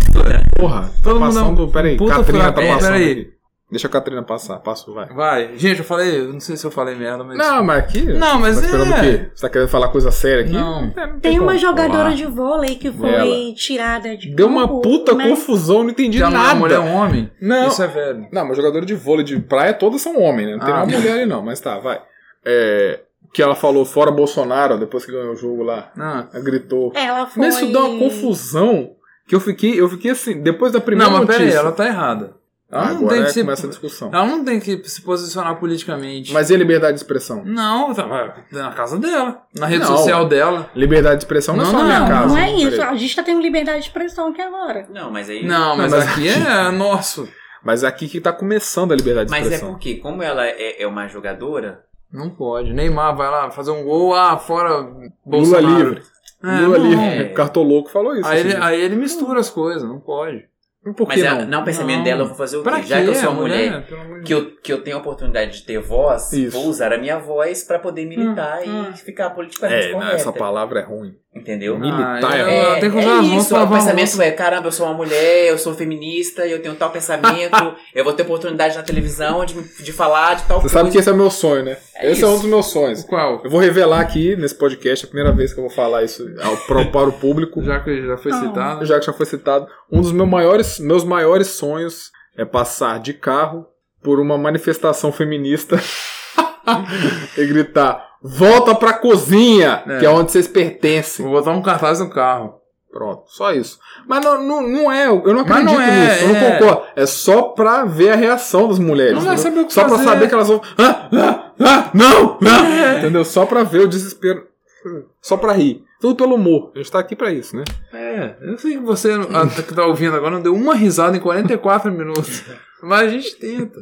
Porra, Todo todo mundo passando, é um Peraí, puta Catrina tá furacão. passando. Peraí. aqui. Deixa a Catrina passar, passo, vai. Vai. Gente, eu falei, eu não sei se eu falei merda, mas. Não, mas aqui. Não, mas tá esperando é. o quê? Você tá querendo falar coisa séria aqui? Não. É, não Tem uma como. jogadora Olá. de vôlei que foi Ela. tirada de Deu uma campo, puta mas- confusão, não entendi Já não é nada. mulher, é um homem? Não. Isso é velho. Não, mas jogadora de vôlei de praia todas são homens, né? Não tem Ah. nenhuma mulher ali não, mas tá, vai. É, que ela falou fora Bolsonaro, depois que ganhou o jogo lá. Não. Ela gritou. Ela foi... Mas isso dá uma confusão que eu fiquei, eu fiquei assim, depois da primeira Não, mas notícia. peraí, ela tá errada. Ela não Agora tem que é, se. começa a discussão. Ela não tem que se posicionar politicamente. Mas e a liberdade de expressão? Não, tá vai, na casa dela. Na rede Não. social dela. Liberdade de expressão não, é Não, só a não, minha casa. Não é peraí. isso. A gente tá tendo liberdade de expressão aqui agora. Não, mas aí. Não, mas, mas aqui é nosso. Mas aqui que tá começando a liberdade de Mas é expressão. porque, como ela é, é uma jogadora, Não pode. Neymar vai lá fazer um gol, ah, fora Lula Bolsonaro. livre. É, Lula não. livre. é. Cartoloco falou isso. Aí ele, assim. né? aí ele mistura as coisas, não pode. Por mas é- que ela- não? não, o pensamento Não. dela, eu vou fazer o quê? Pra Já que eu sou uma mulher, pelo amor de que, eu, que eu tenho a oportunidade de ter voz, Isso. vou usar a minha voz pra poder militar e hum. ficar politicamente É, não, correta. essa palavra é ruim. Entendeu? Mil- Ah, militar, eu- é- eu tenho que usar as mãos isso, pra o lavar a pensamento louça. é, caramba, eu sou uma mulher, eu sou feminista, eu tenho tal pensamento, eu vou ter oportunidade na televisão de, de falar de tal Você coisa. sabe que esse é o meu sonho, né? É esse é isso. um dos meus sonhos. Qual? Eu vou revelar aqui nesse podcast, é a primeira vez que eu vou falar isso ao, pro- para o público, Já que já foi Não. citado. já que já foi citado. Um dos meus maiores, meus maiores sonhos é passar de carro por uma manifestação feminista e gritar: volta pra cozinha, É. que é onde vocês pertencem. Vou botar um cartaz no carro. Pronto, só isso. Mas não, não, não é, eu não Mas acredito não é, nisso, eu não é. concordo. É só pra ver a reação das mulheres. Não vai entendeu? saber o que só pra fazer. É. saber que elas vão. Ah, ah, ah, não! Ah, entendeu? Só pra ver o desespero. Só pra rir. Tudo pelo humor. A gente tá aqui pra isso, né? É, eu sei que você a- que tá ouvindo agora não deu uma risada em 44 minutos. Mas a gente tenta.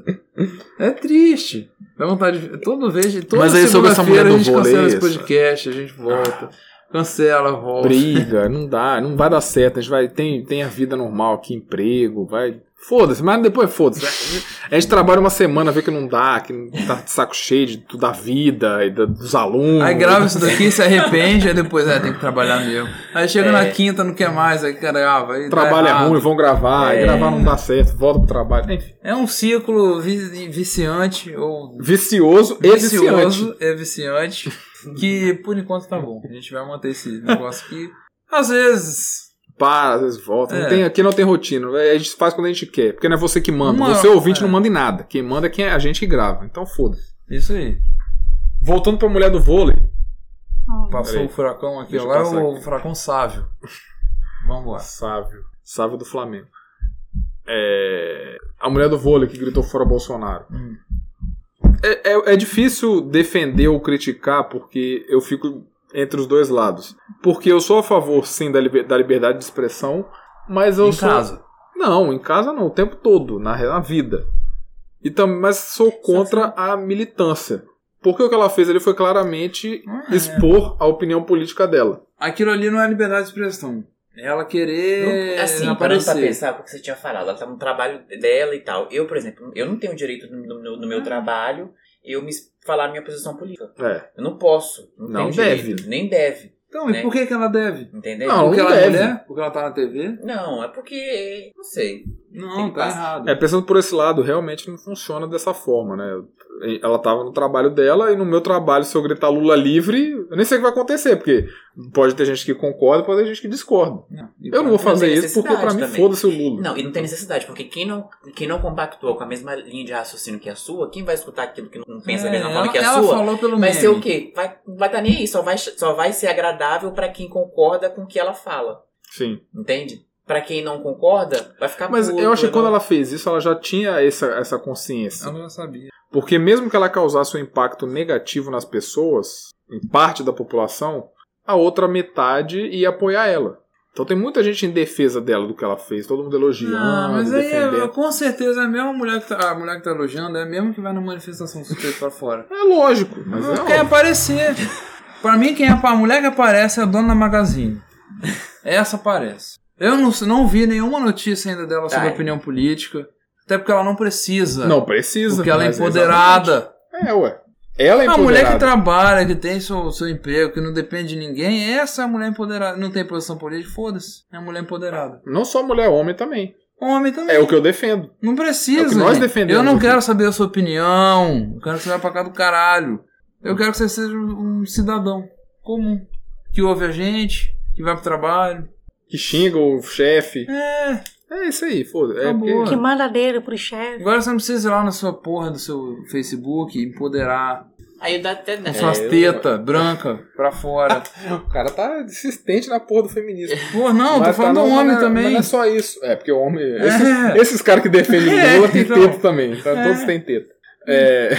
É triste. Dá vontade de. Toda vez, toda Mas aí sobre essa segunda-feira mulher do a gente vôlei, cancela esse isso. podcast, a gente volta. Cancela, volta. Briga, não dá, não vai dar certo. A gente vai. Tem, tem a vida normal aqui, emprego, vai. Foda-se, mas depois foda-se. A gente trabalha uma semana, vê que não dá, que não tá de saco cheio de, tudo da vida e da- dos alunos. Aí grava isso daqui, se arrepende, aí depois é, tem que trabalhar mesmo. Aí chega na quinta, não quer mais, aí caramba. Aí dá É. Trabalho é Tá errado. ruim, vão gravar, e É. gravar não dá certo, volta pro trabalho. Enfim, É um ciclo vi- viciante ou vicioso e viciante. vicioso, é viciante, que por enquanto tá bom. A gente vai manter esse negócio aqui. Às vezes, Para, às vezes volta. Não É. tem, aqui não tem rotina. É, A gente faz quando a gente quer. Porque não é você que manda. Uma- você ouvinte é. não manda em nada. Quem manda é quem é a gente que grava. Então foda-se. isso aí. Voltando pra mulher do vôlei. Passou Peraí. o furacão aqui, Deixa eu agora passar o aqui. furacão sábio. Vambora. Sávio. Sávio do Flamengo. É, A mulher do vôlei que gritou fora Bolsonaro. Hum. É, é- é difícil defender ou criticar porque eu fico entre os dois lados. Porque eu sou a favor, sim, da, liber- da liberdade de expressão, mas eu em sou. casa. Não, em casa não, o tempo todo, na, re- na vida. E também, mas sou é assim. contra a militância. Porque o que ela fez ali foi claramente Ah, é. expor a opinião política dela. Aquilo ali não é liberdade de expressão. Ela querer É, Não- assim, parando pra aparecer. pensar, porque você tinha falado, ela tá no trabalho dela e tal. Eu, por exemplo, eu não tenho direito no, no- no meu Ah. trabalho eu me es- falar minha posição política. É. Eu não posso. Não, Não tenho direito, deve. Nem deve, Então, e né? por que, que ela deve? entendeu? Não, Porque ela é deve. mulher? Porque ela tá na TV? Não, é porque. Não sei. Tem Não, que tá passar. errado. É, pensando por esse lado, realmente não funciona dessa forma, né? E Ela tava no trabalho dela e no meu trabalho, se eu gritar Lula livre, eu nem sei o que vai acontecer, porque pode ter gente que concorda, pode ter gente que discorda. Eu não É, vou fazer tem isso porque pra mim necessidade também. foda-se o Lula. Não, e não tem necessidade, porque quem não, quem não compactua com a mesma linha de raciocínio que a sua, quem vai escutar aquilo que É, não pensa da mesma ela, forma que a ela sua, falou pelo vai meme. ser o quê? Vai vai tá nem aí, só vai, só vai ser agradável pra quem concorda com o que ela fala, Sim. entende? Pra quem não concorda, vai ficar Mas puto, eu acho que quando não- ela fez isso, ela já tinha essa, essa consciência. Ela já sabia. Porque mesmo que ela causasse um impacto negativo nas pessoas, em parte da população, a outra metade ia apoiar ela. Então tem muita gente em defesa dela do que ela fez, todo mundo elogiando, Ah, mas aí é- defendendo. com certeza a mesma mulher que tá, a mulher que tá elogiando é a mesma que vai na manifestação suspeita pra fora. É, lógico, mas é Não quer óbvio. aparecer. pra mim, quem é, a mulher que aparece é a dona da Magazine. Essa aparece. Eu não, não vi nenhuma notícia ainda dela sobre Ai. opinião política. Até porque ela não precisa. Não precisa. Porque ela é mas empoderada. exatamente. É, ué. Ela é a empoderada. mulher que trabalha, que tem seu, seu emprego, que não depende de ninguém, essa é a mulher empoderada. Não tem posição política, foda-se. É a mulher empoderada. Não só mulher, homem também. Homem também. É o que eu defendo. Não precisa. É o que nós gente. defendemos Eu não aqui. quero saber a sua opinião. Eu quero que você vá pra cá do caralho. Eu quero que você seja um cidadão comum. Que ouve a gente, que vai pro trabalho. Que xinga o chefe. É. É isso aí, foda-se. É Tá porque- boa. Que manda dedo pro chefe. Agora você não precisa ir lá na sua porra do seu Facebook e empoderar Aí dá até. com suas É, eu- tetas branca pra fora. O cara tá insistente na porra do feminismo. Porra, não, Mas tô falando tá, do não, mas homem não é- também. Mas não é só isso. É, porque o homem. É. Esses, esses caras que defendem o Lula têm então. teto também. Então, É. Todos têm teto. É,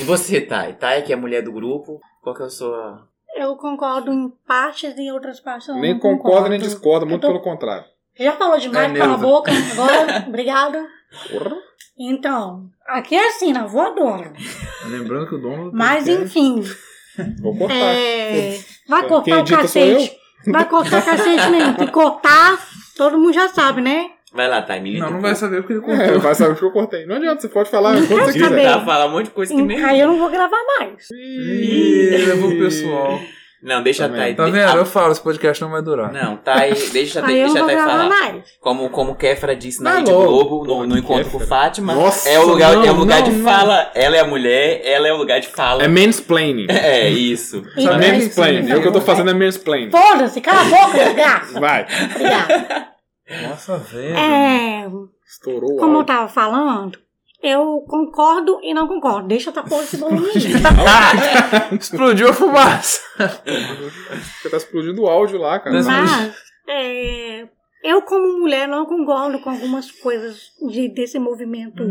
E você, Thay? Thay, que é a mulher do grupo, qual que é a sua. Eu concordo em partes e em outras partes eu nem não concordo, concordo, nem discordo, muito Então- Eu tô- pelo contrário. Já falou demais, É, cala a Neuza. boca agora. Obrigada. Porra. Então, aqui é assim, na voadora. Lembrando que o dono. Mas enfim, Vou cortar. é... vai Quem cortar o edita sou cacete. Vai cortar cacete nenhum. Se cortar, todo mundo já sabe, né? Vai lá, Thay, milita. Não, não um vai pouco. saber porque ele É, contou. vai saber que eu cortei. Não adianta, você pode falar quando você saber. quiser. Gritar, falar um monte de coisa que nem. Aí eu não vou gravar mais. Ih, levou o pessoal. Não, deixa a Tá Thay. Tá de- vendo? a- Eu falo, esse podcast não vai durar. Não, Thay, deixa, Aí eu deixa não a vou Thay gravar falar. mais. Como, como Kéfera disse na Tá Rede louco. Globo, no, Porra, no encontro com Kéfera. Fátima, Nossa, é o lugar, é o não, lugar não, de não. fala. Ela é a mulher, ela é o lugar de fala. É mansplaining. É, isso. É Então, mansplaining. É o que eu tô fazendo é mansplaining. Foda-se, cala a boca, desgraça. Vai. Obrigada. Nossa, velho. É, Estourou o como eu áudio. tava falando, eu concordo e não concordo. Deixa eu tapar esse volume aí. tá? Ah! Explodiu a fumaça. Você tá explodindo o áudio lá, cara. Mas- Mas é, eu, como mulher, não concordo com algumas coisas de- desse movimento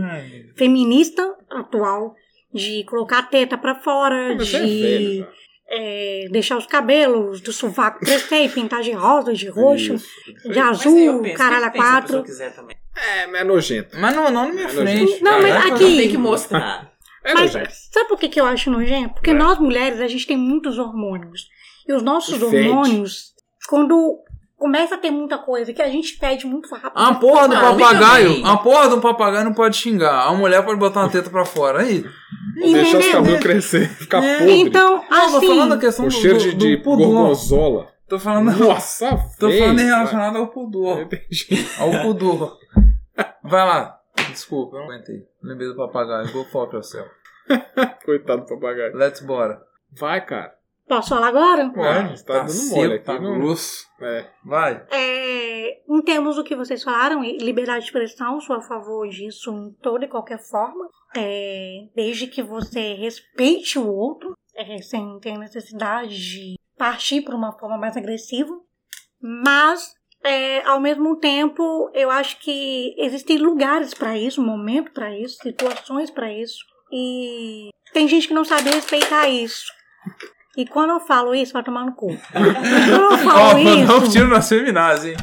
feminista atual de colocar a teta pra fora, Mas você é de velho, cara. é, deixar os cabelos do sovaco crescer e pintar de rosa, de roxo, de Mas aí eu azul, penso, caralho a pensa, se a pessoa quatro. quiser também. É, mas é nojento. Mas não, não na minha frente. Não, mas Caraca. aqui- Tem que mostrar. É Mas nojento. sabe por que, que eu acho nojento? Porque É. nós mulheres, a gente tem muitos hormônios. E os nossos E fede. hormônios, quando começa a ter muita coisa que a gente pede muito rápido. Ah, A porra do Não, me papagaio. também. A porra do papagaio não pode xingar. A mulher pode botar uma teta pra fora. Aí. Vou deixar os Entendeu? cabelos crescer, ficar É. podre. Então, Não, eu tô falando da assim, questão o do, cheiro do, de, do de pudor. gorgonzola. Tô falando. Nossa, Tô velho. falando em relacionado ao pudor. Entendi. Ao pudor. Vai lá. Desculpa, eu não aguentei. Lembrei do papagaio. Vou pop ao céu. Coitado do papagaio. Let's bora. Vai, cara. posso falar agora? Ué, você tá dando mole aqui, Tá não- grosso. É. Vai. É, em termos do que vocês falaram, e liberdade de expressão, sou a favor disso em toda e qualquer forma, É, desde que você respeite o outro, é, sem ter necessidade de partir para uma forma mais agressiva. Mas, é, ao mesmo tempo, eu acho que existem lugares para isso, momento para isso, situações para isso, e tem gente que não sabe respeitar isso. E quando eu falo isso, vai tomar no cu. Quando Tá eu Ó, um falo isso. não tiro nas feminazes, hein?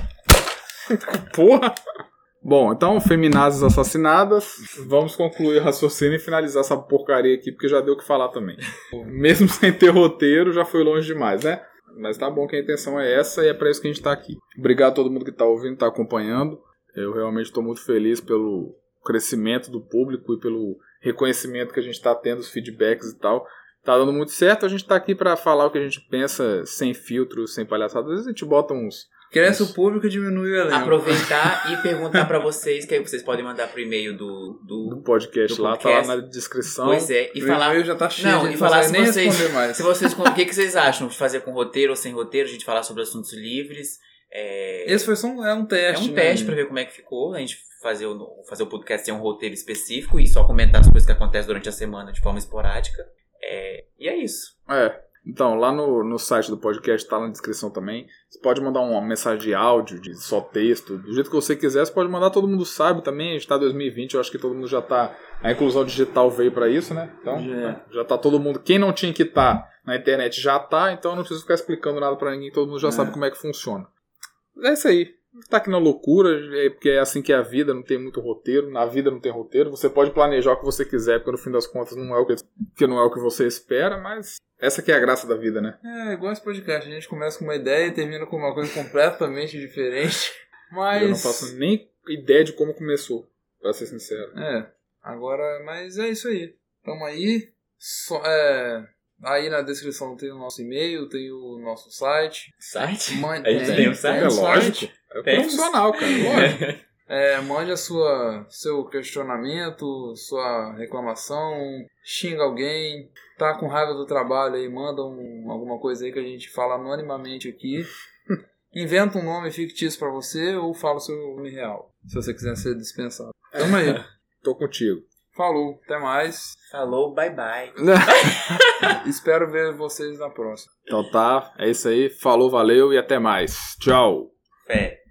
Porra. Bom, então, feminazes assassinadas. Vamos concluir o raciocínio e finalizar essa porcaria aqui, porque já deu o que falar também. Mesmo sem ter roteiro, já foi longe demais, né? Mas tá bom que a intenção é essa e é pra isso que a gente tá aqui. Obrigado a todo mundo que tá ouvindo, tá acompanhando. Eu realmente tô muito feliz pelo crescimento do público e pelo reconhecimento que a gente tá tendo, os feedbacks e tal. Tá dando muito certo, a gente tá aqui pra falar o que a gente pensa sem filtro, sem palhaçada. Às vezes a gente bota uns Cresce o público e diminui o elenco. Aproveitar e perguntar pra vocês, que aí vocês podem mandar pro e-mail do. do do... podcast Do lá, podcast. tá lá na descrição. Pois é, e O falar. e-mail já tá cheio, Não, gente e falar consegue se nem vocês. responder mais. Se vocês o que, que vocês acham de fazer com roteiro ou sem roteiro? A gente falar sobre assuntos livres. É, Esse foi só um, é um é teste. um teste pra ver como é que ficou. A gente fazer o, fazer o podcast sem um roteiro específico e só comentar as coisas que acontecem durante a semana de forma esporádica. É, e é isso. É. Então, lá no, no site do podcast, tá na descrição também. Você pode mandar uma mensagem de áudio, de só texto, do jeito que você quiser. Você pode mandar, todo mundo sabe também. A gente tá em 2020, eu acho que todo mundo já tá. A inclusão digital veio para isso, né? Então, Já. já tá todo mundo. Quem não tinha que estar na internet já tá, então eu não preciso ficar explicando nada para ninguém, todo mundo já É. sabe como é que funciona. É isso aí. Tá aqui na loucura, é porque é assim que é a vida, não tem muito roteiro, na vida não tem roteiro. Você pode planejar o que você quiser, porque no fim das contas não é o que, que não é o que você espera, mas essa que é a graça da vida, né? É, igual esse podcast. A gente começa com uma ideia e termina com uma coisa completamente diferente. Mas. Eu não faço nem ideia de como começou, pra ser sincero. É, agora, mas é isso aí. Tamo aí. Só- é, aí na descrição tem o nosso e-mail, tem o nosso site. Site? Man- A gente tem um site? É um lógico. site. É Tem. profissional, cara. Lógico. É, mande a sua seu questionamento, sua reclamação, xinga alguém, tá com raiva do trabalho aí, manda um- alguma coisa aí que a gente fala anonimamente aqui. Inventa um nome fictício pra você ou fala o seu nome real, se você quiser ser dispensado. Tamo aí. Tô contigo. Falou, até mais. Falou, bye bye. Espero ver vocês na próxima. Então tá, é isso aí. Falou, valeu e até mais. Tchau. Fé.